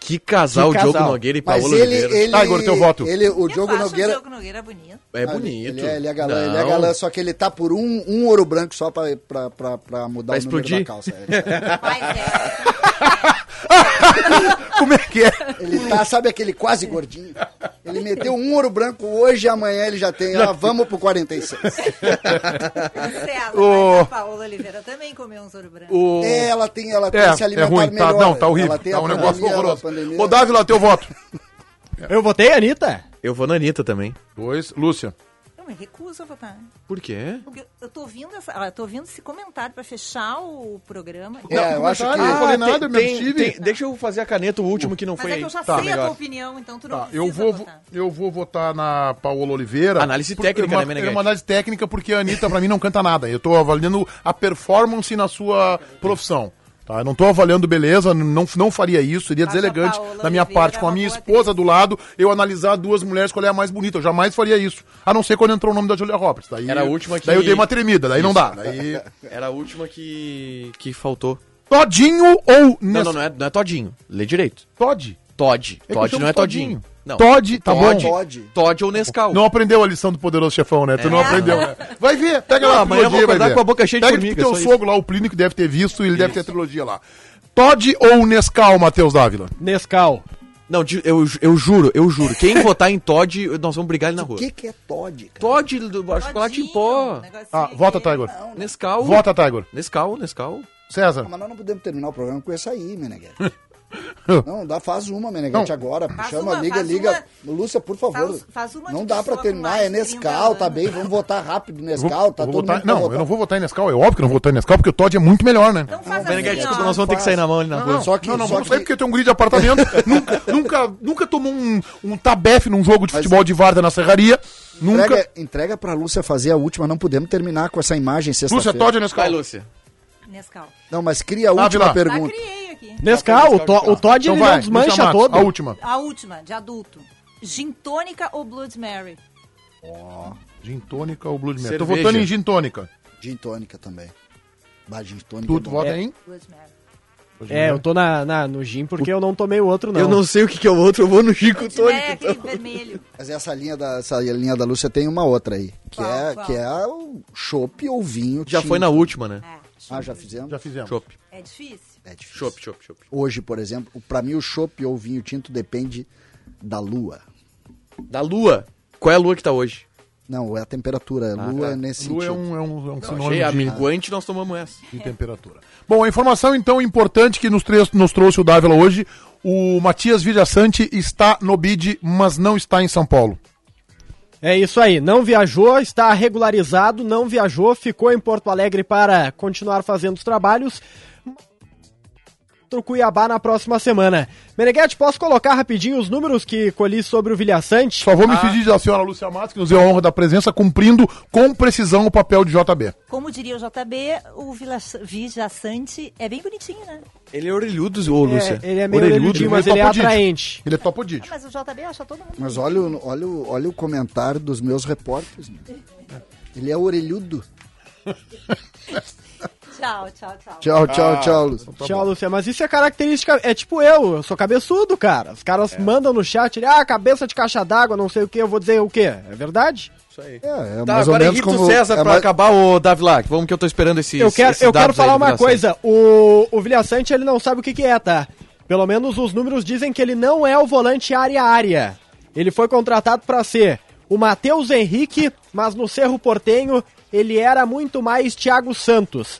Speaker 2: Que casal,
Speaker 3: Que
Speaker 2: o Diogo
Speaker 3: casal.
Speaker 2: Nogueira e
Speaker 6: Mas
Speaker 2: Paola
Speaker 6: ele,
Speaker 2: Oliveira.
Speaker 6: ele.
Speaker 5: Tá, Igor, teu voto.
Speaker 6: Ele, o Diogo
Speaker 7: eu acho
Speaker 6: Nogueira.
Speaker 7: o Diogo Nogueira bonito.
Speaker 2: É
Speaker 6: Ah,
Speaker 2: bonito.
Speaker 6: Ele é, ele é galã, ele é
Speaker 2: Não.
Speaker 6: galã, só que ele tá por um, um ouro branco só pra, pra, pra, pra mudar
Speaker 2: Pra
Speaker 6: o número
Speaker 2: explodir.
Speaker 6: da calça. Ele,
Speaker 7: Mas é.
Speaker 5: Como é que é?
Speaker 6: ele tá, sabe aquele quase gordinho? Ele meteu um ouro branco hoje e amanhã ele já tem. Ah, vamos pro 46.
Speaker 7: Marcela,
Speaker 5: Ô.
Speaker 7: mas a Paola Oliveira também comeu um ouro branco.
Speaker 5: O...
Speaker 6: É, ela tem, ela tem
Speaker 5: É,
Speaker 6: se
Speaker 5: é
Speaker 6: alimentar
Speaker 5: ruim, tá,
Speaker 6: melhor. né?
Speaker 5: não, tá horrível,
Speaker 6: Ela tem
Speaker 5: tá
Speaker 6: a
Speaker 5: um negócio
Speaker 6: pandemia,
Speaker 5: horroroso.
Speaker 6: a pandemia.
Speaker 5: Ô, Dávila, teu voto.
Speaker 3: Eu votei, Anitta?
Speaker 2: Eu vou na Anitta também.
Speaker 5: Dois, Lúcia.
Speaker 7: Eu me recuso a votar.
Speaker 2: Por quê?
Speaker 7: Porque eu- eu tô ouvindo, essa, ah, eu tô ouvindo esse comentário pra fechar o programa.
Speaker 6: É, eu acho que.
Speaker 5: Eu não
Speaker 3: Ah,
Speaker 5: falei nada,
Speaker 2: tem-
Speaker 5: eu me
Speaker 2: tem-
Speaker 5: abstive.
Speaker 2: tem- deixa eu fazer a caneta, o último que não
Speaker 7: Mas
Speaker 2: foi
Speaker 7: é
Speaker 2: aí.
Speaker 7: que eu já
Speaker 5: Tá,
Speaker 7: sei a tua
Speaker 2: melhor.
Speaker 7: opinião, então tu não
Speaker 5: Tá,
Speaker 7: precisa
Speaker 5: eu vou,
Speaker 7: votar.
Speaker 5: eu vou votar na Paola Oliveira.
Speaker 2: Análise técnica,
Speaker 5: é uma,
Speaker 2: né, Meneghete?
Speaker 5: É uma análise técnica porque a Anitta, pra mim, não canta nada. Eu tô avaliando a performance na sua profissão. Tá, eu não tô avaliando beleza, não, não faria isso, seria
Speaker 7: Mas a
Speaker 5: deselegante
Speaker 7: Paola
Speaker 5: da minha
Speaker 7: Oliveira
Speaker 5: parte. Com a
Speaker 7: é uma
Speaker 5: minha
Speaker 7: boa
Speaker 5: esposa do lado, eu analisar duas mulheres, escolher a mais bonita. Eu jamais faria isso. A não ser quando entrou o nome da Julia Roberts. Daí,
Speaker 2: Era a última que-
Speaker 5: Daí eu dei uma tremida, daí não dá. Daí...
Speaker 2: Era a última que, que faltou.
Speaker 5: Todinho
Speaker 2: Não,
Speaker 5: ou Nes...
Speaker 2: não, não é, não é Todinho. Lê direito.
Speaker 5: Todd?
Speaker 2: Todd.
Speaker 5: que
Speaker 2: Todd
Speaker 5: eu
Speaker 2: não é
Speaker 5: chamo
Speaker 2: Todinho.
Speaker 5: Todinho.
Speaker 2: Não.
Speaker 5: Todd, tá bom?
Speaker 6: Todd.
Speaker 2: Todd ou Nescau.
Speaker 5: Não aprendeu a lição do poderoso chefão, né? Tu não
Speaker 7: É.
Speaker 5: aprendeu. né? Vai ver, pega
Speaker 2: Não,
Speaker 5: lá a
Speaker 2: amanhã eu vou
Speaker 5: trilogia, vai
Speaker 2: acordar
Speaker 5: ver.
Speaker 2: com a boca cheia de
Speaker 5: Pega
Speaker 2: formiga,
Speaker 5: pro teu
Speaker 2: só
Speaker 5: sogro lá, o Plínio, que deve ter visto, e ele deve ter a trilogia lá. Todd ou Nescau, Matheus Dávila?
Speaker 3: Nescau.
Speaker 2: Não, de- eu, ju- eu juro, eu juro. Quem votar em Todd, nós vamos brigar ele na rua.
Speaker 6: O que, que é Todd, cara?
Speaker 2: Todd, do- chocolate em
Speaker 7: um
Speaker 2: pó.
Speaker 7: né?
Speaker 5: Ah, vota, Tiger.
Speaker 2: Nescau.
Speaker 5: Vota, Tiger.
Speaker 2: Nescau, Nescau.
Speaker 5: César.
Speaker 6: Ah, Mas nós não podemos terminar o programa com essa aí, Meneghete. não, dá, faz uma, Meneghete,
Speaker 5: Não.
Speaker 6: agora.
Speaker 7: Faz
Speaker 6: chama,
Speaker 7: uma,
Speaker 6: liga,
Speaker 7: faz
Speaker 6: liga. Lúcia, por favor.
Speaker 7: Faz- faz uma
Speaker 6: não
Speaker 7: de
Speaker 6: dá pra
Speaker 7: pessoa com
Speaker 6: terminar,
Speaker 7: mais
Speaker 6: é
Speaker 7: de um 30
Speaker 6: Nescau, tá
Speaker 7: anos.
Speaker 6: bem? Vamos votar rápido,
Speaker 5: Vou-
Speaker 6: Nescau, tá
Speaker 5: vou
Speaker 6: todo
Speaker 5: votar-
Speaker 6: mundo
Speaker 5: Não, eu não vou votar em Nescau. É óbvio que eu não vou votar em Nescau, porque o Todd é muito melhor, né?
Speaker 7: Então faz
Speaker 2: Meneghete,
Speaker 7: assim,
Speaker 2: desculpa,
Speaker 7: ó.
Speaker 2: nós vamos ter que sair na mão ali na
Speaker 5: Não,
Speaker 2: rua.
Speaker 5: não,
Speaker 6: Só que-
Speaker 5: não, não
Speaker 6: só
Speaker 5: vamos
Speaker 6: que-
Speaker 5: sair porque tem um grid de apartamento. nunca, nunca, nunca tomou um, um tabefe num jogo de
Speaker 6: Mas-
Speaker 5: futebol de Varda na serraria. Nunca.
Speaker 6: Entrega, entrega pra Lúcia fazer a última, não podemos terminar com essa imagem
Speaker 5: Lúcia,
Speaker 6: sexta-feira.
Speaker 5: Todd
Speaker 2: Vai,
Speaker 5: ou Nescau?
Speaker 2: Lúcia.
Speaker 7: Nescau.
Speaker 6: Não, mas cria a última
Speaker 5: Vila.
Speaker 7: Tá,
Speaker 6: pergunta.
Speaker 7: criei aqui.
Speaker 3: Nescau, o, to, o Todd
Speaker 5: Então
Speaker 3: ele
Speaker 5: vai,
Speaker 3: não desmancha
Speaker 5: Lúcia Matos,
Speaker 3: todo.
Speaker 5: A última.
Speaker 7: A última, de adulto. Gin tônica ou Blood Mary?
Speaker 5: Gin tônica ou Blood Mary?
Speaker 2: Cerveja.
Speaker 5: Tô votando em gin tônica.
Speaker 6: Gin tônica também. Bah, gin tônica.
Speaker 5: Tu,
Speaker 6: é
Speaker 5: tu
Speaker 6: bom.
Speaker 5: vota em?
Speaker 7: Blood Mary.
Speaker 3: É, eu tô na, na- no gin porque eu não tomei o outro, não.
Speaker 2: Eu não sei o que, que é o outro, eu vou no Chico
Speaker 7: Blood Mary é
Speaker 2: Tônico.
Speaker 7: aquele vermelho.
Speaker 6: Mas essa linha, da, essa linha da Lúcia tem uma outra aí. Que,
Speaker 7: Qual,
Speaker 6: é,
Speaker 7: qual?
Speaker 6: que é o chopp ou vinho.
Speaker 2: Já
Speaker 6: tinto.
Speaker 2: foi na última, né?
Speaker 7: É,
Speaker 6: Ah, já fizemos?
Speaker 5: Já fizemos.
Speaker 2: Chopp.
Speaker 7: é difícil.
Speaker 6: É difícil.
Speaker 2: Chopp, chopp, chopp.
Speaker 6: Hoje, por exemplo, pra mim o chopp ou vinho tinto depende da lua.
Speaker 2: Da lua. Qual é a lua que tá hoje?
Speaker 6: Não, é a temperatura. A lua é nesse
Speaker 5: Lu é
Speaker 6: sentido.
Speaker 5: um, é um, é um sinônimo
Speaker 2: Achei,
Speaker 5: de-
Speaker 2: amigoante, nós tomamos essa.
Speaker 5: de temperatura. Bom, a informação então importante que nos, tre- nos trouxe o Dávila hoje, o Matias Villassante está no BID, mas não está em São Paulo.
Speaker 3: É isso aí, não viajou, está regularizado, não viajou, ficou em Porto Alegre para continuar fazendo os trabalhos. Contra o Cuiabá na próxima semana. Meneghete, posso colocar rapidinho os números que colhi sobre o Vilhaçante?
Speaker 5: Só vou me pedir da senhora Lúcia Matos, que nos deu a honra da presença, cumprindo com precisão o papel de JB.
Speaker 7: Como diria o JB, o Vila Vija Sante é bem bonitinho, né?
Speaker 2: Ele é orelhudo, ô Lúcia.
Speaker 3: ele é meio orelhudinho, mas
Speaker 5: meio
Speaker 3: ele é
Speaker 5: papudinho.
Speaker 3: atraente.
Speaker 5: Ele é topodídeo.
Speaker 7: Ah, Mas o JB acha todo mundo.
Speaker 6: Mas olha, o- olha, o- olha o comentário dos meus repórteres. meu. Ele é orelhudo.
Speaker 7: Tchau, tchau, tchau.
Speaker 6: Tchau, tchau, tchau, Lúcia.
Speaker 3: Tchau, Luciano. Mas isso é característica. É tipo eu, eu sou cabeçudo, cara. Os caras mandam no chat, ele, ah, cabeça de caixa d'água, não sei o que, eu vou dizer o quê? É verdade?
Speaker 2: Isso aí.
Speaker 6: É, é
Speaker 2: Tá,
Speaker 6: mais ou
Speaker 2: agora
Speaker 6: menos
Speaker 2: irrita
Speaker 6: como...
Speaker 2: o César
Speaker 6: é
Speaker 2: pra
Speaker 6: mais-
Speaker 2: acabar, ô Davilac. Vamos que eu tô esperando esse.
Speaker 3: eu quero, eu quero falar uma coisa. O, o Vilhaçante, ele não sabe o que, que é, tá? Pelo menos os números dizem que ele não é o volante área-área. Ele foi contratado pra ser o Matheus Henrique, mas no Cerro Portenho ele era muito mais Thiago Santos.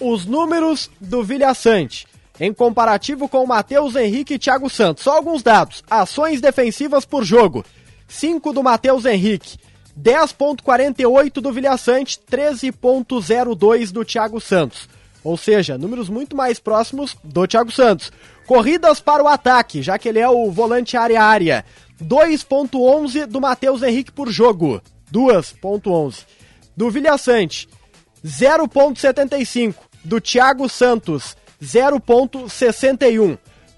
Speaker 3: Os números do Vilhaçante. Em comparativo com o Matheus Henrique e Thiago Santos. Só alguns dados. Ações defensivas por jogo. 5 do Matheus Henrique, 10.48 do Vilhaçante, 13.02 do Thiago Santos. Ou seja, números muito mais próximos do Thiago Santos. Corridas para o ataque, já que ele é o volante área-área. 2.11 do Matheus Henrique por jogo. 2.11. Do Vilhaçante, 0.75 do Thiago Santos, 0.61.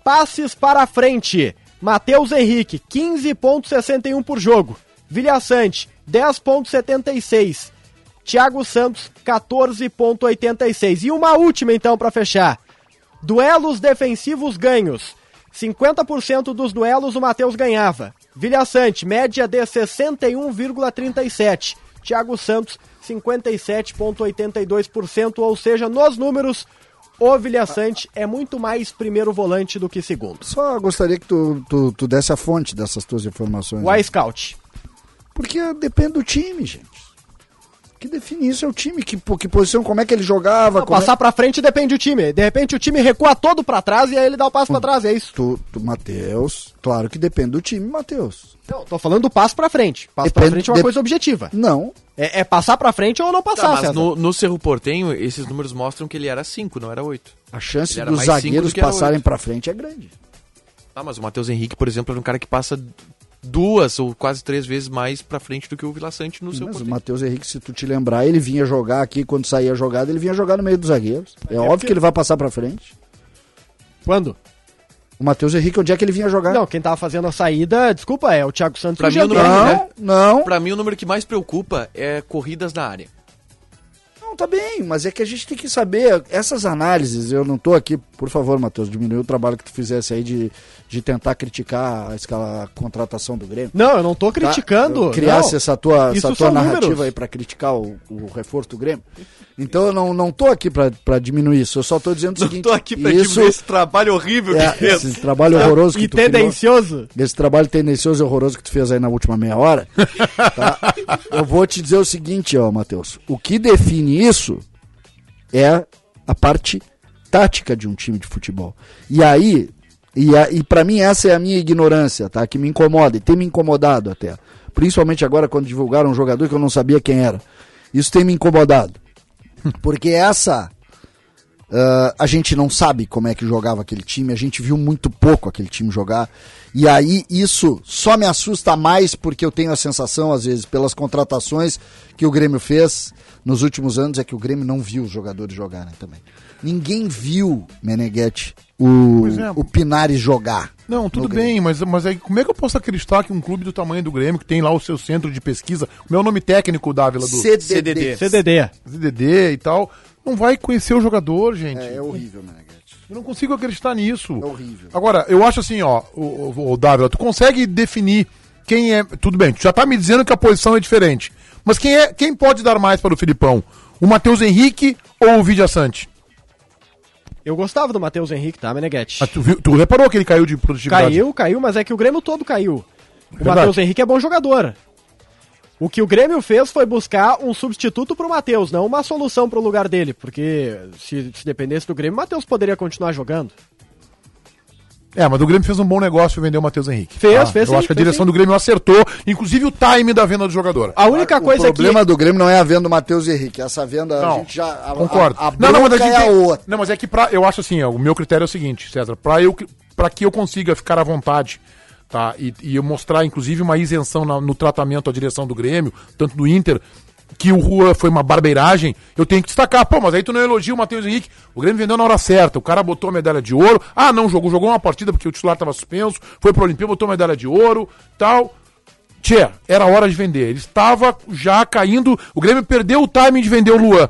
Speaker 3: Passes para frente, Matheus Henrique, 15.61 por jogo. Vilhaçante, 10.76. Thiago Santos, 14,86. E uma última, então, pra fechar. Duelos defensivos ganhos. 50% dos duelos o Matheus ganhava. Vilha Sante, média de 61,37. Thiago Santos, 57,82%. Ou seja, nos números, o Vilha Sante é muito mais primeiro volante do que segundo.
Speaker 6: Só gostaria que tu, tu, tu desse a fonte dessas tuas informações.
Speaker 3: O iScout.
Speaker 6: Porque depende do time, gente. O Que define isso é o time, que, po- que posição, como é que ele jogava.
Speaker 3: Não,
Speaker 6: como é-
Speaker 3: passar pra frente depende do time. De repente o time recua todo pra trás e aí ele dá o passo pra trás, é isso.
Speaker 6: Tu, tu, Matheus, claro que depende do time, Matheus.
Speaker 2: Hum.
Speaker 3: Não, tô falando do passo pra frente. Passo pra
Speaker 6: Depende-
Speaker 3: frente é uma
Speaker 6: dep-
Speaker 3: coisa objetiva.
Speaker 6: Não,
Speaker 3: É, é passar pra frente ou não
Speaker 2: Tá,
Speaker 3: passar,
Speaker 2: mas
Speaker 3: César.
Speaker 2: no, no Cerro Portenho, esses números mostram que ele era 5, não era 8.
Speaker 6: a
Speaker 2: Ele
Speaker 6: chance
Speaker 2: era
Speaker 6: dos
Speaker 2: mais cinco
Speaker 6: zagueiros
Speaker 2: do que era
Speaker 6: passarem
Speaker 2: oito.
Speaker 6: pra frente é grande.
Speaker 2: Ah, mas o Matheus Henrique, por exemplo, era um cara que passa duas ou quase três vezes mais pra frente do que o Vila Sante no Cerro
Speaker 6: Mas o
Speaker 2: Portenho.
Speaker 6: Matheus Henrique, se tu te lembrar, ele vinha jogar aqui, quando saía a jogada, ele vinha jogar no meio dos zagueiros. É, óbvio que ele vai passar pra frente.
Speaker 3: Quando?
Speaker 6: O Matheus Henrique, onde é que ele vinha jogar?
Speaker 3: Não, quem tava fazendo a saída, desculpa, é o Thiago Santos.
Speaker 2: Pra
Speaker 3: e o
Speaker 2: mim, eu
Speaker 3: Jean
Speaker 2: não-
Speaker 3: Pierre.
Speaker 6: não,
Speaker 2: né?
Speaker 6: não,
Speaker 2: Pra mim, o número que mais preocupa é corridas na área.
Speaker 6: não, tá bem, mas é que a gente tem que saber, essas análises, eu não tô aqui, por favor, Matheus, diminui o trabalho que tu fizesse aí de, de tentar criticar a, escala, a contratação do Grêmio.
Speaker 3: Não, eu não tô
Speaker 6: tá?
Speaker 3: criticando.
Speaker 6: Eu criasse
Speaker 3: não.
Speaker 6: essa tua,
Speaker 3: Isso são
Speaker 6: essa tua narrativa
Speaker 3: números.
Speaker 6: aí pra criticar o, o reforço do Grêmio. Então eu não, não tô aqui pra, pra diminuir isso, eu só tô dizendo o seguinte. isso
Speaker 2: trabalho horrível
Speaker 6: é, esse trabalho horroroso que
Speaker 3: E
Speaker 6: tu criou,
Speaker 3: tendencioso.
Speaker 6: esse trabalho tendencioso e horroroso que tu fez aí na última meia hora, tá? eu vou te dizer o seguinte, ó, Matheus. O que define isso é a parte tática de um time de futebol. E aí, e, a- e para mim essa é a minha ignorância, tá? Que me incomoda e tem me incomodado até. Principalmente agora quando divulgaram um jogador que eu não sabia quem era. Isso tem me incomodado. Porque essa ah, a gente não sabe como é que jogava aquele time, a gente viu muito pouco aquele time jogar. E aí isso só me assusta mais porque eu tenho a sensação, às vezes, pelas contratações que o Grêmio fez nos últimos anos, é que o Grêmio não viu os jogadores jogarem também. Ninguém viu, Meneghetti, o,
Speaker 5: Pois é.
Speaker 6: o Pinares jogar.
Speaker 5: Não, tudo
Speaker 6: no Grêmio.
Speaker 5: bem, mas, mas aí, como é que eu posso acreditar que um clube do tamanho do Grêmio, que tem lá o seu centro de pesquisa, como é o nome técnico da Vila do
Speaker 6: CDD.
Speaker 3: CDD.
Speaker 5: CDD e tal, não vai conhecer o jogador, gente?
Speaker 6: É, é horrível, Meneghetti.
Speaker 5: Eu não consigo acreditar nisso.
Speaker 6: É horrível.
Speaker 5: Agora, eu acho assim, ó, o, o, o Dávila, tu consegue definir quem é. Tudo bem, tu já tá me dizendo que a posição é diferente. Mas quem é quem pode dar mais para o Filipão? O Matheus Henrique ou o Vidia Sante?
Speaker 3: Eu gostava do Matheus Henrique, tá, Meneghetti?
Speaker 5: Ah, tu, viu- tu reparou que ele caiu de produtividade?
Speaker 3: Caiu, caiu, mas é que o Grêmio todo caiu. O
Speaker 5: Verdade.
Speaker 3: Matheus Henrique é bom jogador. O que o Grêmio fez foi buscar um substituto pro Matheus, não uma solução pro lugar dele, porque se, se dependesse do Grêmio, o Matheus poderia continuar jogando.
Speaker 5: É, mas o Grêmio fez um bom negócio e vendeu o Matheus Henrique. Ah,
Speaker 3: Fez, fez
Speaker 5: Eu
Speaker 3: sim,
Speaker 5: acho que a
Speaker 3: fez
Speaker 5: direção
Speaker 3: sim.
Speaker 5: do Grêmio acertou, inclusive o time da venda do jogador.
Speaker 3: A única coisa
Speaker 6: Ah, o problema do Grêmio não é a venda do Matheus Henrique. Essa venda a
Speaker 5: Não,
Speaker 6: gente já. A,
Speaker 5: Concordo.
Speaker 6: A, a bronca é a
Speaker 5: tem-
Speaker 6: outra.
Speaker 5: Não, mas é que pra, eu acho assim, ó, o meu critério é o seguinte, César, pra, eu, pra que eu consiga ficar à vontade, tá? E, e eu mostrar, inclusive, uma isenção na- no tratamento à direção do Grêmio, tanto do Inter, que o Rua foi uma barbeiragem, eu tenho que destacar, pô, mas aí tu não elogia o Matheus Henrique. O Grêmio vendeu na hora certa, o cara botou a medalha de ouro, ah, não jogou, jogou uma partida porque o titular tava suspenso, foi pro Olimpíada, botou a medalha de ouro, tal. Tchê, era hora de vender. Ele estava já caindo. O Grêmio perdeu o timing de vender o Luan.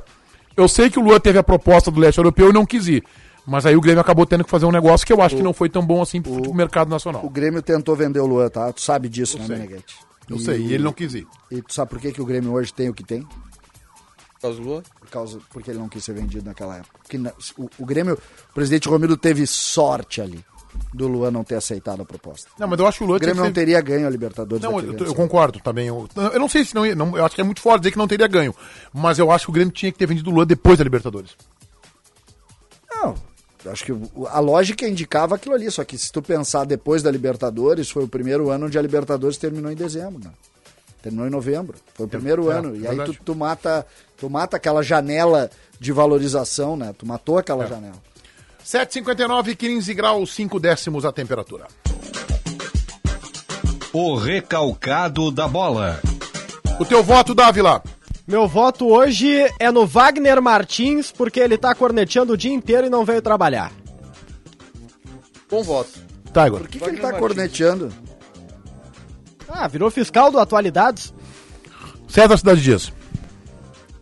Speaker 5: Eu sei que o Luan teve a proposta do leste europeu e não quis ir. Mas aí o Grêmio acabou tendo que fazer um negócio que eu acho que não foi tão bom assim pro o, mercado
Speaker 6: O
Speaker 5: nacional.
Speaker 6: Grêmio tentou vender o Luan, tá? Tu sabe disso, né, Meneghetti?
Speaker 5: Eu sei, e ele não quis ir.
Speaker 6: E tu sabe por que, que o Grêmio hoje tem o que tem?
Speaker 2: Casulou?
Speaker 6: Por causa, porque ele não quis ser vendido naquela época. Porque na- o, o Grêmio, o presidente Romildo teve sorte ali do Luan não ter aceitado a proposta.
Speaker 5: Não, mas eu acho que o Luan
Speaker 6: O Grêmio
Speaker 5: tinha
Speaker 6: não
Speaker 5: que ser-
Speaker 6: teria ganho a Libertadores. né?
Speaker 5: Não,
Speaker 6: naquele
Speaker 5: eu,
Speaker 6: ano,
Speaker 5: eu
Speaker 6: sabe?
Speaker 5: concordo também. Eu, eu não sei se não, ia- não. Eu acho que é muito forte dizer que não teria ganho. Mas eu acho que o Grêmio tinha que ter vendido o Luan depois da Libertadores.
Speaker 6: Não. Eu acho que o- a lógica indicava aquilo ali, só que se tu pensar depois da Libertadores, foi o primeiro ano onde a Libertadores terminou em dezembro, né? Terminou em novembro. Foi o primeiro
Speaker 5: é,
Speaker 6: ano. E aí tu,
Speaker 5: verdade.
Speaker 6: tu mata, tu mata aquela janela de valorização, né? Tu matou aquela janela.
Speaker 5: 7,59, 15 graus, 5 décimos a temperatura.
Speaker 1: O recalcado da bola.
Speaker 5: O teu voto, Dávila?
Speaker 3: Meu voto hoje é no Wagner Martins, porque ele tá corneteando o dia inteiro e não veio trabalhar.
Speaker 2: Bom voto.
Speaker 5: Tá, agora.
Speaker 6: Por que, que ele tá corneteando?
Speaker 3: Ah, virou fiscal do Atualidades?
Speaker 5: César Cidade Dias.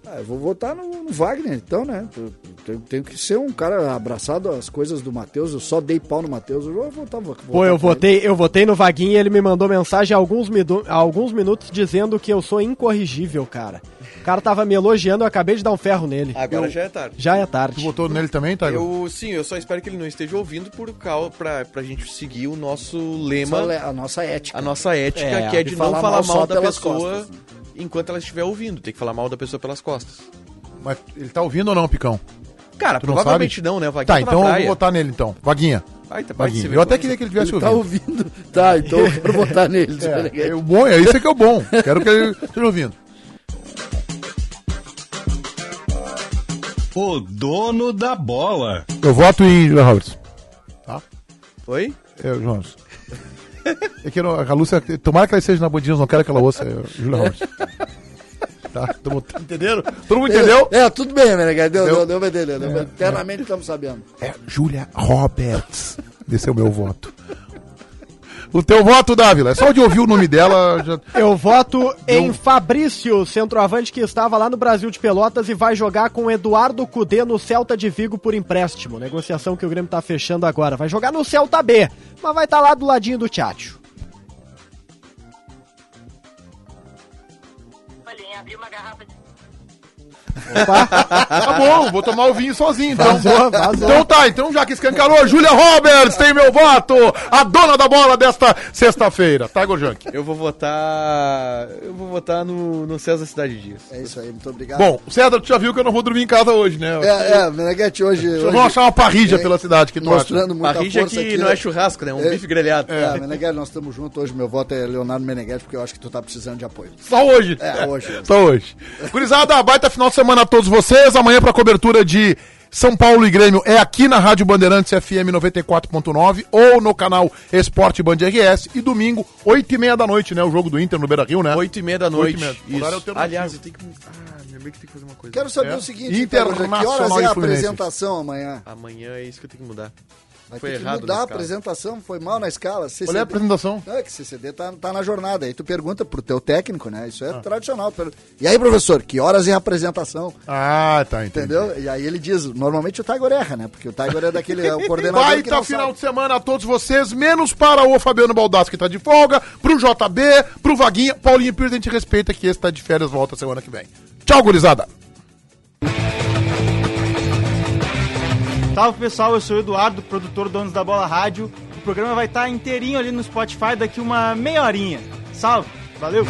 Speaker 6: Ah, eu vou votar no, no Wagner, então, né? Eu- eu Tenho, tenho que ser um cara abraçado às coisas do Matheus. Eu só dei pau no Matheus. Eu vou votar, vou,
Speaker 3: Pô,
Speaker 6: votar
Speaker 3: eu
Speaker 6: com ele.
Speaker 3: votei, eu votei no Vaguinho e ele me mandou mensagem há alguns, minu- há alguns minutos dizendo que eu sou incorrigível, cara. O cara tava me elogiando, eu acabei de dar um ferro nele.
Speaker 2: Agora já é tarde.
Speaker 3: Já é
Speaker 5: Tu
Speaker 3: tarde.
Speaker 5: votou nele também, tá?
Speaker 2: Eu, sim, eu só espero que ele não esteja ouvindo por causa pra, pra gente seguir o nosso
Speaker 6: Só
Speaker 2: lema,
Speaker 6: le- a nossa ética.
Speaker 2: a nossa ética,
Speaker 3: É,
Speaker 2: que é de,
Speaker 6: de
Speaker 2: não
Speaker 6: falar
Speaker 2: falar
Speaker 6: mal
Speaker 2: mal
Speaker 6: só
Speaker 2: da
Speaker 6: pelas
Speaker 2: pessoa
Speaker 6: costas.
Speaker 2: enquanto ela estiver ouvindo. Tem que falar mal da pessoa pelas costas.
Speaker 5: Mas ele tá ouvindo ou não, Picão?
Speaker 2: Cara,
Speaker 5: Tu não
Speaker 2: Ah, provavelmente não, né? Vai
Speaker 5: tá, então eu vou votar nele, então. Vaguinha.
Speaker 2: Vai, tá, vai se
Speaker 5: Vaguinha.
Speaker 2: ver
Speaker 5: Eu até
Speaker 2: com
Speaker 5: queria que ele
Speaker 6: Ele
Speaker 5: tivesse
Speaker 6: tá
Speaker 5: ouvido.
Speaker 6: ouvindo. né? Tá, então eu quero votar tá nele.
Speaker 5: É, é o bom, é isso que é o bom. Quero que ele esteja ouvindo.
Speaker 1: O dono da bola.
Speaker 5: Eu voto em Julia Roberts.
Speaker 2: Oi?
Speaker 5: Tá? É, Jonas. É que eu não- a Lúcia, tomara que ela esteja na Bondinhos, não quero que ela ouça, é, Julia Roberts. Tá, tô botando, entenderam? Todo mundo entendeu? É.
Speaker 6: É, tudo bem, Meneghete. Deu,
Speaker 5: Deu.
Speaker 6: deu, deu pra entender. Deu, pra- Internamente estamos sabendo.
Speaker 5: É Julia Roberts. Esse é o meu voto. O teu voto, Dávila. É só de ouvir o nome dela. Já...
Speaker 3: Eu voto em Fabrício, centroavante que estava lá no Brasil de Pelotas e vai jogar com Eduardo Cudê no Celta de Vigo por empréstimo. Negociação que o Grêmio tá fechando agora. Vai jogar no Celta B, mas vai estar lá do ladinho do Tchatcho.
Speaker 5: Tá bom, vou tomar o vinho sozinho. Então,
Speaker 3: Vazou, vazou.
Speaker 5: então tá, então já que escancarou, Julia Roberts tem meu voto. A dona da bola desta sexta-feira. Tá, Gorjank?
Speaker 6: É.
Speaker 2: Eu vou votar. Eu vou votar no, no César Cidade Dias.
Speaker 6: É isso aí, muito obrigado.
Speaker 5: Bom, César, tu já viu que eu não vou dormir em casa hoje, né?
Speaker 6: é, é Meneghete hoje.
Speaker 5: Eu
Speaker 6: hoje É.
Speaker 5: vou achar uma parrija pela cidade que tu acha.
Speaker 6: mostrando muita
Speaker 2: Parrija
Speaker 6: força
Speaker 2: que
Speaker 6: aqui,
Speaker 2: não
Speaker 6: né?
Speaker 2: é churrasco, né? É um
Speaker 6: É.
Speaker 2: bife grelhado.
Speaker 6: É, Meneghete, nós estamos juntos. Hoje meu voto é Leonardo Meneghete, porque eu acho que tu tá precisando de apoio.
Speaker 5: Só hoje.
Speaker 6: É, hoje.
Speaker 5: Só hoje. Gurizada, baita final de semana a todos vocês. Amanhã pra cobertura de São Paulo e Grêmio é aqui na Rádio Bandeirantes FM 94.9 ou no canal Esporte Band RS. E domingo, 8 e meia da noite, né? O jogo do Inter no Beira Rio, né?
Speaker 2: Oito e meia da noite.
Speaker 5: Oito e meia. é Horário
Speaker 2: Isso.
Speaker 5: alternativo.
Speaker 2: Aliás, eu tenho que. Ah, lembrei que tem que fazer uma coisa.
Speaker 6: Quero saber
Speaker 5: É.
Speaker 6: o seguinte, então, Gorjak, que
Speaker 5: Internacional
Speaker 6: horas
Speaker 5: e
Speaker 6: é a
Speaker 5: Fluminense.
Speaker 6: apresentação amanhã?
Speaker 2: Amanhã é isso que eu tenho que mudar.
Speaker 6: Vai
Speaker 2: Foi
Speaker 6: ter que
Speaker 2: errado
Speaker 6: mudar
Speaker 2: na
Speaker 6: a
Speaker 2: escala.
Speaker 6: apresentação, foi mal na escala. CCD...
Speaker 5: Olha a apresentação.
Speaker 6: Não, é que CCD tá, tá na jornada. Aí tu pergunta pro teu técnico, né? Isso é
Speaker 5: Ah.
Speaker 6: tradicional. Tu pergunta, E aí, professor, que horas é a apresentação?
Speaker 5: Ah, tá, entendi.
Speaker 6: Entendeu? E aí ele diz, normalmente o Tiger erra, né? Porque o Tiger é daquele é o coordenador que
Speaker 5: Baita
Speaker 6: não
Speaker 5: final
Speaker 6: sabe.
Speaker 5: de semana a todos vocês, menos para o Fabiano Baldassi que tá de folga, pro JB, pro Vaguinha, Paulinho Pires, a gente respeita que esse tá de férias, volta semana que vem. Tchau, gurizada.
Speaker 4: Salve pessoal, eu sou o Eduardo, produtor do Donos da Bola Rádio. tá O programa vai estar inteirinho ali no Spotify daqui uma meia horinha. Salve, valeu!